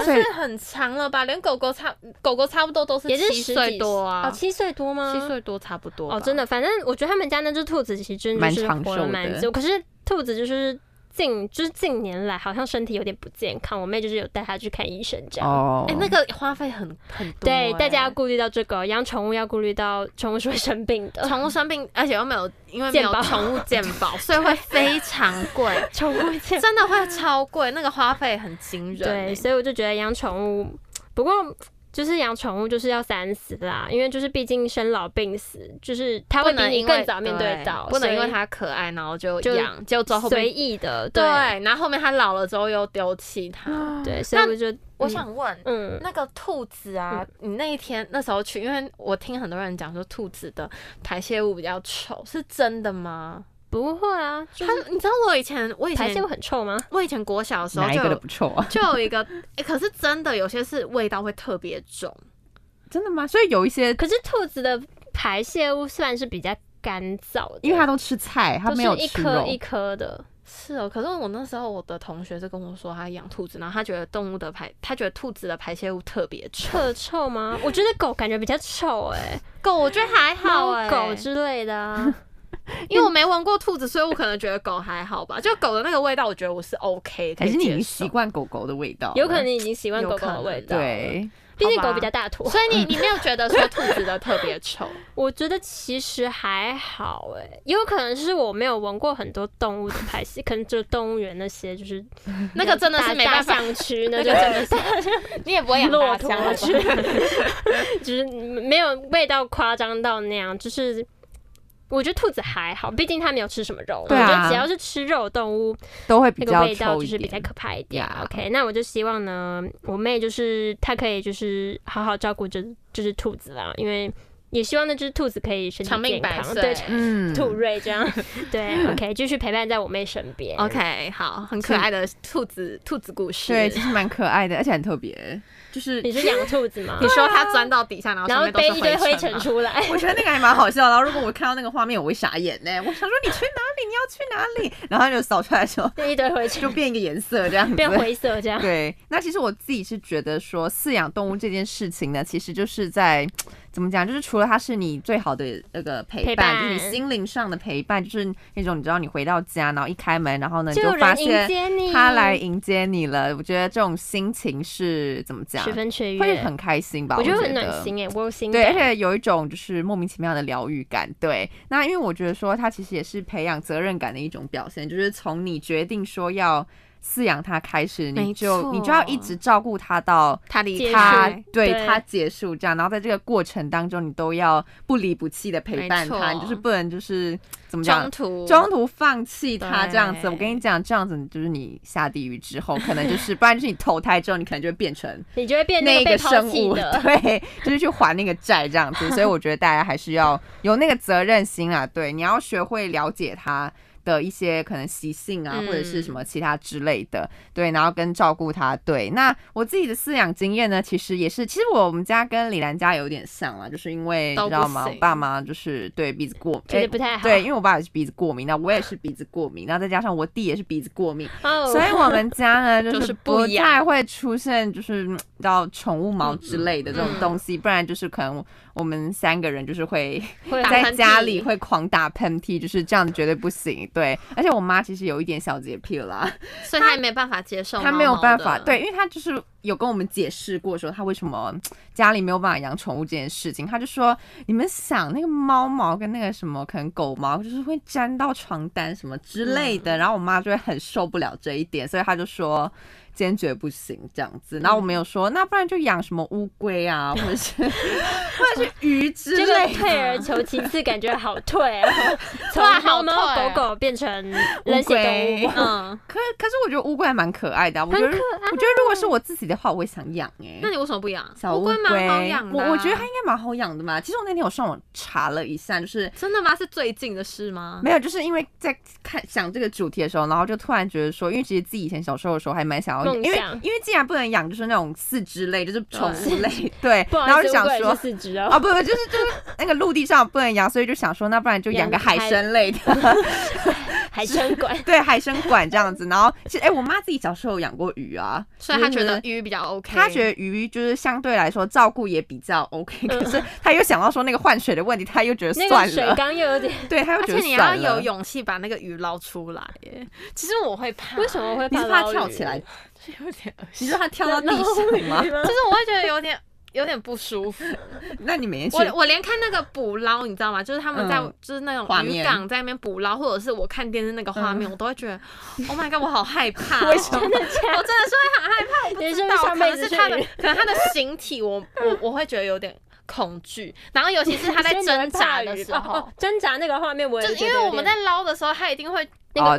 Speaker 1: 好像
Speaker 2: 岁
Speaker 1: 是很长了吧？连狗狗差狗狗差不多都是
Speaker 3: 也是
Speaker 1: 七
Speaker 3: 十
Speaker 1: 岁
Speaker 3: 几
Speaker 1: 多啊，嗯
Speaker 3: 哦，七岁多吗？
Speaker 1: 七岁多差不多吧
Speaker 3: 哦，真的，反正我觉得他们家那只兔子其实真的
Speaker 2: 蛮
Speaker 3: 是
Speaker 2: 长
Speaker 3: 活
Speaker 2: 寿
Speaker 3: 了
Speaker 2: 的
Speaker 3: 蛮久，可是兔子就是近就是近年来好像身体有点不健康，我妹就是有带它去看医生这样。
Speaker 2: 哦
Speaker 1: 哎、，那个花费很很多、
Speaker 3: 对，大家要
Speaker 1: 哎
Speaker 3: 顾虑到这个，养宠物要顾虑到宠物是会生病的，
Speaker 1: 宠物生病，而且又没有因为没有
Speaker 3: 健保
Speaker 1: 宠物呃健 保，所以会非常贵，
Speaker 3: 宠物 健
Speaker 1: 真的会超贵，那个花费很惊人、
Speaker 3: 对，
Speaker 1: 哎
Speaker 3: 所以我就觉得养宠物，不过就是养宠物就是要三思啦，因为就是毕竟生老病死，就是它
Speaker 1: 不
Speaker 3: 会比
Speaker 1: 能
Speaker 3: 你
Speaker 1: 因为
Speaker 3: 更早面对到，
Speaker 1: 不能因为
Speaker 3: 所以
Speaker 1: 它可爱然后就
Speaker 3: 就
Speaker 1: 养，结果之后
Speaker 3: 随
Speaker 1: 被
Speaker 3: 意的，
Speaker 1: 对嗯
Speaker 3: 对，
Speaker 1: 然后后面它老了之后又丢弃它。
Speaker 3: 对，所以
Speaker 1: 那
Speaker 3: 我就
Speaker 1: 我想问。
Speaker 3: 嗯，
Speaker 1: 那个兔子啊，你那一天那时候去，因为我听很多人讲说兔子的排泄物比较臭，是真的吗？
Speaker 3: 不会啊，就
Speaker 1: 它
Speaker 3: 是，
Speaker 1: 你知道我以前我以
Speaker 3: 排泄
Speaker 1: 前
Speaker 3: 物很臭吗？
Speaker 1: 我以前国小的时候
Speaker 2: 哪一
Speaker 1: 就
Speaker 2: 个都
Speaker 1: 有
Speaker 2: 不臭啊？
Speaker 1: 就有一个， 欸可是真的有些是味道会特别重，
Speaker 2: 真的吗？所以有一些，
Speaker 3: 可是兔子的排泄物算是比较干燥的，
Speaker 2: 因为它都吃菜，它
Speaker 3: 都
Speaker 2: 没有
Speaker 3: 是一
Speaker 2: 吃
Speaker 3: 颗
Speaker 2: 肉
Speaker 3: 一，颗的，
Speaker 1: 是哦。可是我那时候我的同学是跟我说，他养兔子，然后他觉得动物的排，他觉得兔子的排泄物特别臭。
Speaker 3: 特臭吗？我觉得狗感觉比较臭哎、
Speaker 1: 狗我觉得还好
Speaker 3: 猫
Speaker 1: 哎、
Speaker 3: 狗之类的啊，
Speaker 1: 因为我没闻过兔子，所以我可能觉得狗还好吧。就狗的那个味道，我觉得我是 OK，可
Speaker 2: 还
Speaker 1: 以
Speaker 2: 是你已
Speaker 1: 接受
Speaker 2: 经习。惯狗狗的味道了？
Speaker 3: 有可能你已经习惯
Speaker 1: 有
Speaker 3: 狗狗
Speaker 1: 可
Speaker 3: 的
Speaker 1: 能
Speaker 3: 味道了。
Speaker 2: 对，
Speaker 3: 毕竟
Speaker 4: 好吧
Speaker 3: 狗比较大坨。
Speaker 4: 所以你你没有觉得说兔子的特别 丑？
Speaker 3: 我觉得其实还好哎、也有可能是我没有闻过很多动物的拍戏，可能就动物园那些就是
Speaker 4: 那个真的是没办法，
Speaker 3: 大象区，那就真的 是
Speaker 4: 你也不会养
Speaker 3: 骆
Speaker 4: 大
Speaker 3: 驼
Speaker 4: 象了吧
Speaker 3: 去，就是没有味道夸张到那样，就是。我觉得兔子还好，毕竟它没有吃什么肉。
Speaker 2: 对啊
Speaker 3: 我觉得只要是吃肉的动物，
Speaker 2: 都会比
Speaker 3: 那个
Speaker 2: 较
Speaker 3: 味道
Speaker 2: 臭
Speaker 3: 就
Speaker 2: 一
Speaker 3: 是比
Speaker 2: 点。
Speaker 3: 较可怕一点。
Speaker 2: Yeah
Speaker 3: OK，那我就希望呢，我妹就是她可以就是好好照顾这这只兔子啦，因为也希望那只兔子可以身体
Speaker 4: 长命
Speaker 3: 健
Speaker 4: 百
Speaker 3: 康，对
Speaker 4: 岁，。
Speaker 2: 嗯
Speaker 3: 兔瑞这样， 对，OK，继 续陪伴在我妹身边。
Speaker 4: OK，好，很可爱的兔子兔子故事。
Speaker 2: 对，其实蛮可爱的，而且很特别， 就是
Speaker 3: 你是养兔子吗
Speaker 4: 你？说它钻到底啊下，然后
Speaker 3: 然
Speaker 4: 上
Speaker 3: 后
Speaker 4: 面都
Speaker 3: 背
Speaker 4: 是
Speaker 3: 一堆灰
Speaker 4: 尘
Speaker 3: 尘
Speaker 4: 吗
Speaker 3: 出来，
Speaker 2: 我觉得那个还蛮好笑的。然后如果我看到那个画面，我会傻眼呢、我想说你去哪里？你要去哪里？然后他就扫出来的时候，
Speaker 3: 一堆灰
Speaker 2: 就
Speaker 3: 尘
Speaker 2: 变一个颜色这样子，
Speaker 3: 变灰色这样。
Speaker 2: 对，那其实我自己是觉得说，饲养动物这件事情呢，其实就是在怎么讲，就是除了它是你最好的那个陪
Speaker 3: 陪
Speaker 2: 就是你
Speaker 3: 伴
Speaker 2: 心灵上的陪伴，就是那种你知道你回到家，然后一开门，然后呢你
Speaker 3: 就有
Speaker 2: 发
Speaker 3: 人迎
Speaker 2: 现
Speaker 3: 接你，
Speaker 2: 它来迎接你了。我觉得这种心情是怎么讲
Speaker 3: 十，分雀跃，
Speaker 2: 会很开心吧？
Speaker 3: 我
Speaker 2: 我
Speaker 3: 觉得
Speaker 2: 得
Speaker 3: 很暖。心哎，窝心
Speaker 2: 对，
Speaker 3: 感。
Speaker 2: 而且有一种就是莫名其妙的疗愈感。对，那因为我觉得说，它其实也是培养责任感的一种表现，就是从你决定说要饲养它开始，
Speaker 4: 没
Speaker 2: 你就你就
Speaker 4: 错
Speaker 2: 要一直照顾它到
Speaker 4: 它离
Speaker 3: 结
Speaker 2: 它
Speaker 4: 开。
Speaker 2: 对
Speaker 3: 对
Speaker 2: 它结束这样，然后在这个过程当中，你都要不离不弃的陪
Speaker 4: 没
Speaker 2: 伴它，你就是
Speaker 4: 错
Speaker 2: 不能就是怎么
Speaker 4: 中
Speaker 2: 讲。
Speaker 4: 途
Speaker 2: 中途放弃它这样子，我
Speaker 4: 对
Speaker 2: 跟你讲，这样子就是你下地狱之后，可能就是不然就是你投胎之后，你可能就会变成
Speaker 3: 你就会变
Speaker 2: 那
Speaker 3: 那
Speaker 2: 一
Speaker 3: 个被
Speaker 2: 个
Speaker 3: 抛
Speaker 2: 生
Speaker 3: 弃
Speaker 2: 物，
Speaker 3: 的。
Speaker 2: 对，就是去还那个债这样子。所以我觉得大家还是要有那个责任心啊，对，你要学会了解它的一些可能习性啊，
Speaker 4: 嗯
Speaker 2: 或者是什么其他之类的，对，然后跟照顾它。对，那我自己的饲养经验呢，其实也是，其实我们家跟李兰家有点像啦，就是因为
Speaker 4: 都
Speaker 2: 你知
Speaker 4: 不
Speaker 2: 道吗，我
Speaker 4: 行
Speaker 2: 爸妈就是对鼻子过，
Speaker 3: 觉得
Speaker 2: 哎
Speaker 3: 不太好
Speaker 2: 对，因为我爸也是鼻子过敏，那我也是鼻子过敏，那再加上我弟也是鼻子过敏，
Speaker 3: 哦，
Speaker 2: 所以我们 家呢，
Speaker 4: 就是
Speaker 2: 就是
Speaker 4: 不
Speaker 2: 不
Speaker 4: 一样
Speaker 2: 太会出现就是嗯到宠物毛之类的这种
Speaker 4: 嗯
Speaker 2: 东西，不然就是可能我们三个人就是会
Speaker 3: 会
Speaker 4: 打
Speaker 2: 在
Speaker 4: 喷嚏
Speaker 2: 家里会狂打喷嚏，就是这样绝对不行。对，而且我妈其实有一点小洁癖啦，
Speaker 4: 所以他也没办法接受，
Speaker 2: 她没有办法，，对，因为她就是有跟我们解释过说她为什么嗯家里没有办法养宠物这件事情，她就说你们想那个猫毛跟那个什么可能狗毛就是会沾到床单什么之类的，然后我妈就会很受不了这一点，所以她就说。坚决不行这样子，然后我们有说，那不然就养什么乌龟啊，或者是或者是鱼之
Speaker 3: 这个
Speaker 2: 类的，
Speaker 3: 退而求其次，感觉好退哦， 从
Speaker 4: 哇好
Speaker 3: 猫猫
Speaker 4: 退
Speaker 3: 狗
Speaker 4: 哦
Speaker 3: 狗变成
Speaker 2: 乌
Speaker 3: 冷血动
Speaker 2: 龟
Speaker 3: 物。
Speaker 4: 嗯，
Speaker 2: 可可是我觉得乌龟还蛮可爱的、啊，我觉得我觉得如果是我自己的话，我会想养 哎、
Speaker 4: 那你为什么不养？
Speaker 2: 小
Speaker 4: 乌
Speaker 2: 龟
Speaker 4: 龟蛮好养的啊，
Speaker 2: 我我觉得它应该蛮好养的嘛。其实我那天有上网查了一下，就是
Speaker 4: 真的吗？是最近的事吗？
Speaker 2: 没有，就是因为在看想这个主题的时候，然后就突然觉得说，因为其实自己以前小时候的时候还蛮想要养，
Speaker 3: 梦
Speaker 2: 因为
Speaker 3: 想
Speaker 2: 因为既然不能养，就是那种四肢类，就是宠物
Speaker 3: 对
Speaker 2: 类，对，
Speaker 3: 不好
Speaker 2: 然后
Speaker 3: 意
Speaker 2: 就
Speaker 3: 思，
Speaker 2: 想
Speaker 3: 乌龟也
Speaker 2: 说
Speaker 3: 是。四肢哦，
Speaker 2: 啊，不不，就是就是那个陆地上不能养，所以就想说，那不然就养个
Speaker 3: 养
Speaker 2: 海
Speaker 3: 海
Speaker 2: 参类的，
Speaker 3: 海参 馆。
Speaker 2: 对，海参馆这样子。然后其实，哎、我妈自己小时候有养过鱼啊，
Speaker 4: 所以他
Speaker 2: 就
Speaker 4: 觉
Speaker 2: 是
Speaker 4: 得鱼比较 OK，
Speaker 2: 他觉得鱼就是相对来说照顾也比较 OK，、可
Speaker 4: 嗯
Speaker 2: 是他又想到说那个换水的问题，他又觉得
Speaker 3: 那
Speaker 2: 算
Speaker 3: 个水
Speaker 2: 了，
Speaker 3: 缸又有点，
Speaker 2: 对，他又
Speaker 4: 而
Speaker 2: 觉
Speaker 4: 且
Speaker 2: 得
Speaker 4: 你要
Speaker 2: 算了。
Speaker 4: 有勇气把那个鱼捞出来耶。其实我会怕，
Speaker 3: 为什么会
Speaker 2: 你是怕
Speaker 3: 捞
Speaker 2: 跳
Speaker 3: 鱼
Speaker 2: 起 来？，
Speaker 4: 有点恶心？
Speaker 2: 你说他跳到地
Speaker 3: 捞
Speaker 2: 上
Speaker 3: 鱼
Speaker 2: 吗？
Speaker 4: 就是我会觉得有点 有点不舒服。
Speaker 2: 那你每天去
Speaker 4: 我我连看那个捕捞，你知道吗？就是他们在、
Speaker 2: 嗯
Speaker 4: 就是那
Speaker 2: 画
Speaker 4: 种
Speaker 2: 面
Speaker 4: 渔港在那边捕捞，或者是我看电视那个画
Speaker 3: 嗯
Speaker 4: 面，我都会觉得，Oh my god，我好害怕、 哦。
Speaker 2: 为什么
Speaker 3: 真？的假
Speaker 4: 我真的是会很害怕，我不
Speaker 3: 你是
Speaker 4: 知
Speaker 3: 不是
Speaker 4: 道，可
Speaker 3: 上辈
Speaker 4: 能
Speaker 3: 子
Speaker 4: 是
Speaker 3: 是
Speaker 4: 他的
Speaker 3: 鱼，
Speaker 4: 可能他的形体我，我我会觉得有点恐惧，然后尤 其是他在
Speaker 3: 所以你会
Speaker 4: 挣扎
Speaker 3: 怕
Speaker 4: 的
Speaker 3: 鱼
Speaker 4: 时
Speaker 3: 哦
Speaker 4: 候，
Speaker 3: 哦挣扎那个画面我也
Speaker 4: 就是
Speaker 3: 觉
Speaker 4: 因
Speaker 3: 得
Speaker 4: 为
Speaker 3: 有
Speaker 4: 我们
Speaker 3: 点
Speaker 4: 在捞的时候，他一定会
Speaker 2: 哦，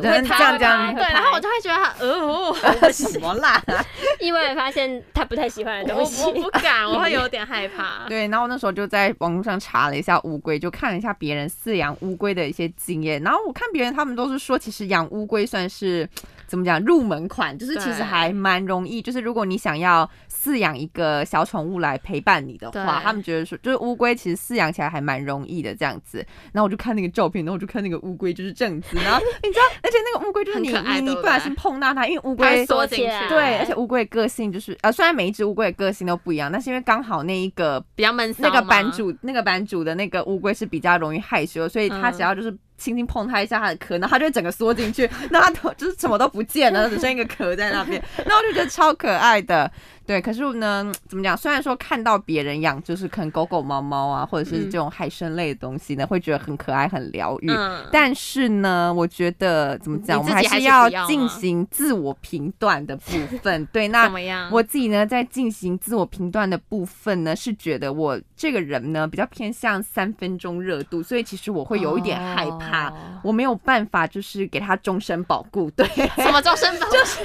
Speaker 4: 那个
Speaker 2: 就是
Speaker 4: 会
Speaker 2: 这
Speaker 4: 拍
Speaker 2: 样这样，
Speaker 4: 拍对，然后我就会觉得他呃哦，
Speaker 2: 呃什么啦？
Speaker 3: 意外发现他不太喜欢的
Speaker 4: 我
Speaker 3: 东西
Speaker 4: 我。不敢，我会有点害怕。
Speaker 2: 对，然后我那时候就在网络上查了一下乌龟，就看了一下别人饲养乌龟的一些经验。然后我看别人他们都是说，其实养乌龟算是怎么讲入门款，就是其实
Speaker 4: 对
Speaker 2: 还蛮容易。就是如果你想要饲养一个小宠物来陪伴你的话，
Speaker 4: 对
Speaker 2: 他们觉得说，就是乌龟其实饲养起来还蛮容易的这样子。然后我就看那个照片，然后我就看那个乌龟就是这样子，然后你知道，而且那个乌龟就是
Speaker 4: 很
Speaker 2: 你
Speaker 4: 可爱
Speaker 2: 你你
Speaker 4: 对不
Speaker 2: 不小
Speaker 4: 对
Speaker 2: 心碰到它，因为乌
Speaker 4: 它
Speaker 2: 龟
Speaker 4: 会缩
Speaker 3: 缩
Speaker 4: 进
Speaker 3: 起
Speaker 4: 去，
Speaker 3: 来
Speaker 2: 对，而且乌龟的个性就是，呃，虽然每一只乌龟的个性都不一样，但是因为刚好那一个
Speaker 4: 比较闷骚
Speaker 2: 那
Speaker 4: 吗。
Speaker 1: 嗯
Speaker 2: 个版主那个版主的那个乌龟是比较容易害羞，所以它只要就是轻轻碰它一下它的壳，然后它就会整个缩进去， 那它都就是什么都不见了，只剩一个壳在 那边。那我就觉得超可爱的。对，可是呢，怎么讲？虽然说看到别人养就是可能狗狗、猫猫啊，或者是
Speaker 1: 嗯
Speaker 2: 这种海参类的东西呢，会觉得很可爱、很疗愈。
Speaker 3: 嗯，
Speaker 2: 但是呢，我觉得怎么讲，我
Speaker 1: 你
Speaker 2: 们
Speaker 1: 自己
Speaker 2: 是
Speaker 1: 还是
Speaker 2: 要
Speaker 1: 不要啊吗
Speaker 2: 进行自我评断的部分。对，那
Speaker 1: 怎么
Speaker 3: 嗯
Speaker 1: 样？
Speaker 2: 我自己呢，在进行自我评断的部分呢，是觉得我这个人呢比较偏向三分钟热度，所以其实我会有一点害怕，
Speaker 1: 哦
Speaker 2: 我没有办法就是给他终身保护。 对，
Speaker 1: 什么终身保护？就是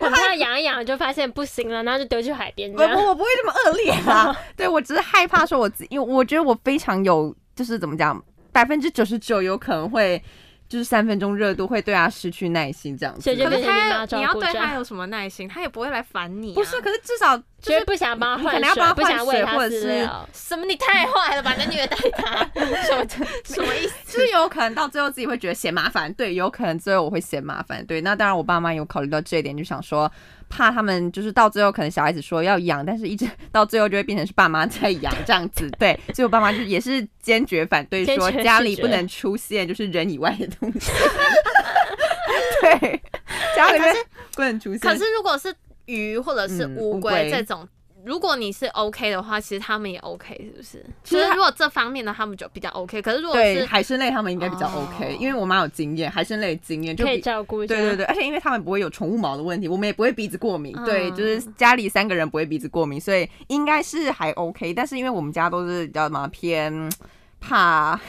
Speaker 3: 我怕它养一养就发现不行了，然后就丢去海边这
Speaker 2: 我
Speaker 3: 样。
Speaker 2: 我我不会这么恶劣 啦，对我只是害怕说我自，因为我觉得我非常有，就是怎么讲，百分之九十九有可能会。就是三分钟热度会对他失去耐心这样子，
Speaker 3: 所以就
Speaker 1: 可
Speaker 3: 变
Speaker 1: 是
Speaker 3: 成你妈
Speaker 1: 他，
Speaker 3: 照
Speaker 1: 你要
Speaker 3: 顾
Speaker 1: 对
Speaker 3: 着
Speaker 1: 他有什么耐心？他也不会来烦你啊、
Speaker 2: 不是，可是至少就
Speaker 3: 就是是不想帮
Speaker 2: 你
Speaker 3: 它
Speaker 2: 可
Speaker 3: 换
Speaker 2: 能要帮它
Speaker 3: 水，不
Speaker 2: 换
Speaker 3: 想喂
Speaker 2: 水
Speaker 3: 它
Speaker 2: 或者
Speaker 3: 饲
Speaker 2: 是
Speaker 3: 料。
Speaker 1: 什么？你太坏了吧？你虐待他，什么 什么意思？
Speaker 2: 就是有可能到最后自己会觉得嫌麻烦，对，有可能最后我会嫌麻烦，对。那当然，我爸妈有考虑到这一点，就想说怕他们就是到最后可能小孩子说要养，但是一直到最后就会变成是爸妈在养这样子， 对。所以我爸妈就也是坚决反对
Speaker 3: 坚
Speaker 2: 说
Speaker 3: 决
Speaker 2: 家
Speaker 3: 拒
Speaker 2: 里
Speaker 3: 绝
Speaker 2: 不能出现就是人以外的东西，对，家里
Speaker 1: 可
Speaker 2: 面
Speaker 1: 是
Speaker 2: 不能出现。
Speaker 1: 可是如果是鱼或者是
Speaker 2: 嗯
Speaker 1: 乌
Speaker 2: 乌
Speaker 1: 龟
Speaker 2: 龟
Speaker 1: 这种。如果你是 OK 的话，其实他们也 OK，是不是？
Speaker 2: 其
Speaker 1: 其
Speaker 2: 实
Speaker 1: 实
Speaker 2: 他
Speaker 1: 如果这方面的他们就比较 OK，可是如果
Speaker 2: 对
Speaker 1: 是
Speaker 2: 海参类他们应该比较 OK，、
Speaker 1: 哦
Speaker 2: 因为我妈有经验，海参类的经验就
Speaker 3: 可
Speaker 2: 比
Speaker 3: 以照顾，
Speaker 2: 对对，对，而且因为他们不会有宠物毛的问题，我们也不会鼻子过敏。
Speaker 1: 嗯
Speaker 2: 对，就是家里三个人不会鼻子过敏，所以应该是还 OK。但是因为我们家都是叫什么偏怕。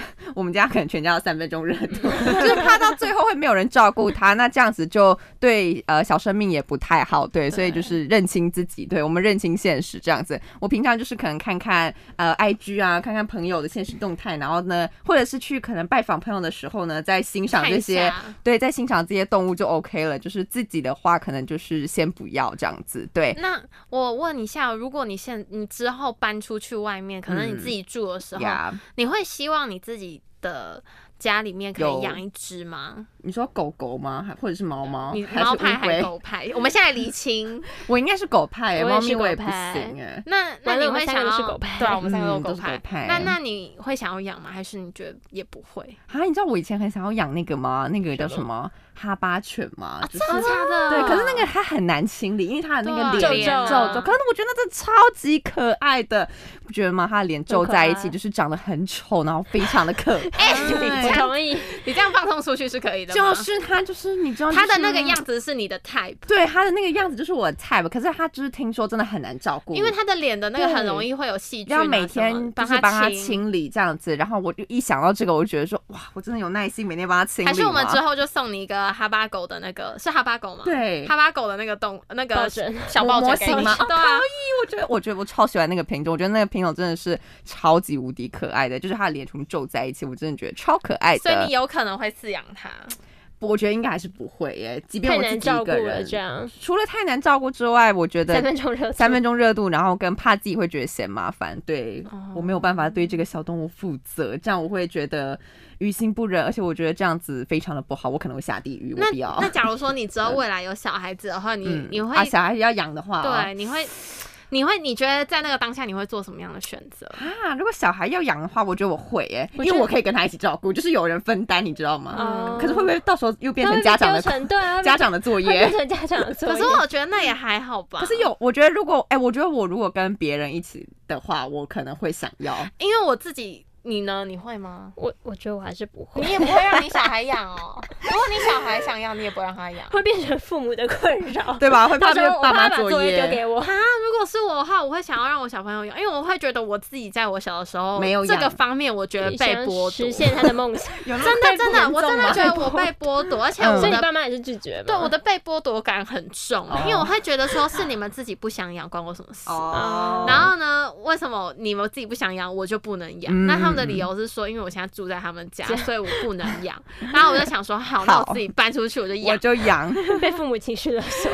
Speaker 2: 我们家可能全家有三分钟热 度，就是怕到最后会没有人照顾他，那这样子就对呃小生命也不太好，对，所以就是认清自己，对我们认清现实这样子。我平常就是可能看看呃 IG 啊，看看朋友的现实动态，然后呢，或者是去可能拜访朋友的时候呢，在欣赏
Speaker 1: 看
Speaker 2: 这
Speaker 1: 一
Speaker 2: 些
Speaker 1: 下
Speaker 2: 对，在欣赏这些动物就 OK 了。就是自己的话，可能就是先不要这样子。对，
Speaker 1: 那我问一下，哦如果你现你之后搬出去外面，可能你
Speaker 2: 嗯
Speaker 1: 自己住的时候，
Speaker 2: 呀、
Speaker 1: 你会希望你自己的家里面可
Speaker 2: 有
Speaker 1: 以养一只吗？
Speaker 2: 你说狗狗吗？还或者是猫猫？
Speaker 1: 你
Speaker 2: 还是
Speaker 1: 猫派
Speaker 2: 乌龟
Speaker 1: 还？狗派？我们现在厘清。
Speaker 2: 我应该是狗派、欸，
Speaker 3: 我也
Speaker 2: 猫
Speaker 3: 是
Speaker 2: 咪我
Speaker 3: 狗
Speaker 2: 也不行
Speaker 3: 派
Speaker 2: 哎、
Speaker 1: 那
Speaker 3: 完
Speaker 1: 那
Speaker 3: 了
Speaker 1: 你
Speaker 3: 我们
Speaker 1: 会
Speaker 3: 三
Speaker 1: 想
Speaker 3: 个
Speaker 1: 要
Speaker 3: 都是狗派
Speaker 1: 对啊，我 们三个
Speaker 2: 嗯
Speaker 1: 都
Speaker 2: 都
Speaker 1: 狗
Speaker 2: 是
Speaker 1: 派。
Speaker 2: 狗派
Speaker 1: 那那你会想要养吗？还是你觉得也不会？
Speaker 2: 啊，你知道我以前很想要养那个吗？那个叫什么哈巴犬吗？就是
Speaker 1: 啊真的假的？
Speaker 2: 对，可是那个它很难清理，因为它的那个
Speaker 1: 对啊
Speaker 2: 脸
Speaker 1: 皱皱
Speaker 2: 皱
Speaker 1: 啊
Speaker 2: 皱，可是我觉得那真的超级可爱的，不觉得吗？它的脸皱
Speaker 3: 很可
Speaker 2: 在一
Speaker 3: 爱
Speaker 2: 起，就是长得很丑，然后非常的 可
Speaker 4: 哎
Speaker 2: 爱。哎
Speaker 3: 我同意，
Speaker 1: 你这样放送出去是可以的吗
Speaker 2: 就是它，就是你知道
Speaker 1: 它的
Speaker 2: 就是
Speaker 1: 那个样子是你的 type，
Speaker 2: 对他的那个样子就是我的菜吧，可是他就是听说真的很难照顾，
Speaker 1: 因为它的脸的那个
Speaker 2: 对
Speaker 1: 很容易会有细菌啊
Speaker 2: 要
Speaker 1: 什么，
Speaker 2: 每天就
Speaker 1: 帮
Speaker 2: 是帮他
Speaker 1: 清。
Speaker 2: 清理这样子，然后我就一想到这个，我就觉得说哇，我真的有耐心每天帮他清理吗。
Speaker 1: 还是我们之后就送你一个哈巴狗的那个，是哈巴狗吗？，
Speaker 2: 对
Speaker 1: 哈巴狗的那个动那
Speaker 3: 抱
Speaker 1: 个
Speaker 3: 枕
Speaker 1: 小抱
Speaker 2: 模
Speaker 1: 枕给
Speaker 2: 型
Speaker 1: 你
Speaker 2: 吗哦
Speaker 1: 对啊，
Speaker 2: 我觉得我觉得我超喜欢那个品种，我觉得那个品种真的是超级无敌可爱的，就是他的脸全部皱在一起，我真的觉得超可爱的。
Speaker 1: 所以你有可能会饲养它。
Speaker 2: 我觉得应该还是不会耶，即便
Speaker 3: 太
Speaker 2: 我自
Speaker 3: 难
Speaker 2: 己一
Speaker 3: 照顾
Speaker 2: 个
Speaker 3: 了，
Speaker 2: 人
Speaker 3: 这，样
Speaker 2: 除了太难照顾之外，我觉
Speaker 3: 三
Speaker 2: 得。
Speaker 3: 分钟热度
Speaker 2: 三分钟热度，然后跟怕自己会觉得嫌麻烦，对、我没有办法
Speaker 3: 哦
Speaker 2: 对这个小动物负责，这样我会觉得于心不忍，而且我觉得这样子非常的不好，我可能会下地狱，我
Speaker 1: 那
Speaker 2: 不要 嗯
Speaker 1: 那。假如说你之后未来有小孩子的话，你你会
Speaker 2: 啊，小孩要养的话、哦
Speaker 1: 对，你会你会你觉得在那个当下你会做什么样的选择？
Speaker 2: 啊，如果小孩要养的话，我觉得我会耶，因
Speaker 3: 我觉
Speaker 2: 为
Speaker 3: 得
Speaker 2: 我可以跟他一起照顾，就是有人分担，你知道吗？
Speaker 3: 哦
Speaker 2: 可是会不会到时候又变
Speaker 3: 它
Speaker 2: 成
Speaker 3: 会被
Speaker 2: 家长
Speaker 3: 丢
Speaker 2: 的
Speaker 3: 成对啊，它会
Speaker 2: 家长的作
Speaker 3: 被会
Speaker 2: 业
Speaker 3: 变？成家长的作
Speaker 1: 可
Speaker 3: 业。
Speaker 1: 是我觉得那也还好吧，
Speaker 2: 可是有，我觉得如果哎、我觉得我如果跟别人一起的话，我可能会想要。
Speaker 1: 因为我自己，你呢？你会吗？
Speaker 3: 我我觉得我还是不会
Speaker 1: 你，也不会让你小孩养哦。如果你小孩想养，你也不会让他养。
Speaker 3: 会变成父母的困扰。
Speaker 2: 对吧？会怕
Speaker 3: 到时
Speaker 2: 被
Speaker 3: 候我
Speaker 2: 爸
Speaker 3: 爸
Speaker 2: 妈
Speaker 3: 把
Speaker 2: 作
Speaker 3: 作业丢
Speaker 2: 业。
Speaker 3: 给我，
Speaker 1: 啊，如果是我的话，我会想要让我小朋友养，因为我会觉得我自己在我小的时候
Speaker 2: 没有
Speaker 1: 这
Speaker 2: 养
Speaker 1: 个方面，我觉得呃被剥
Speaker 3: 想
Speaker 1: 夺。
Speaker 3: 实现他的梦想。
Speaker 2: 真
Speaker 1: 真的真的，我真的觉得我被剥夺， 而且我
Speaker 3: 所以你
Speaker 1: 的
Speaker 3: 爸妈也是拒绝吗？
Speaker 1: 嗯对我的被剥夺感很重
Speaker 2: 嗯哦，
Speaker 1: 因为我会觉得说是你们自己不想养，关我什么事。
Speaker 2: 哦，
Speaker 1: 然后呢？为什么你们自己不想养，我就不能养？
Speaker 2: 嗯
Speaker 1: 那他们的理由是说，因为我现在住在他们 家，所以我不能养。然后我就想说，好，那我自己搬出去，我就
Speaker 2: 我
Speaker 1: 养。
Speaker 2: 就养，
Speaker 3: 被父母情绪勒索，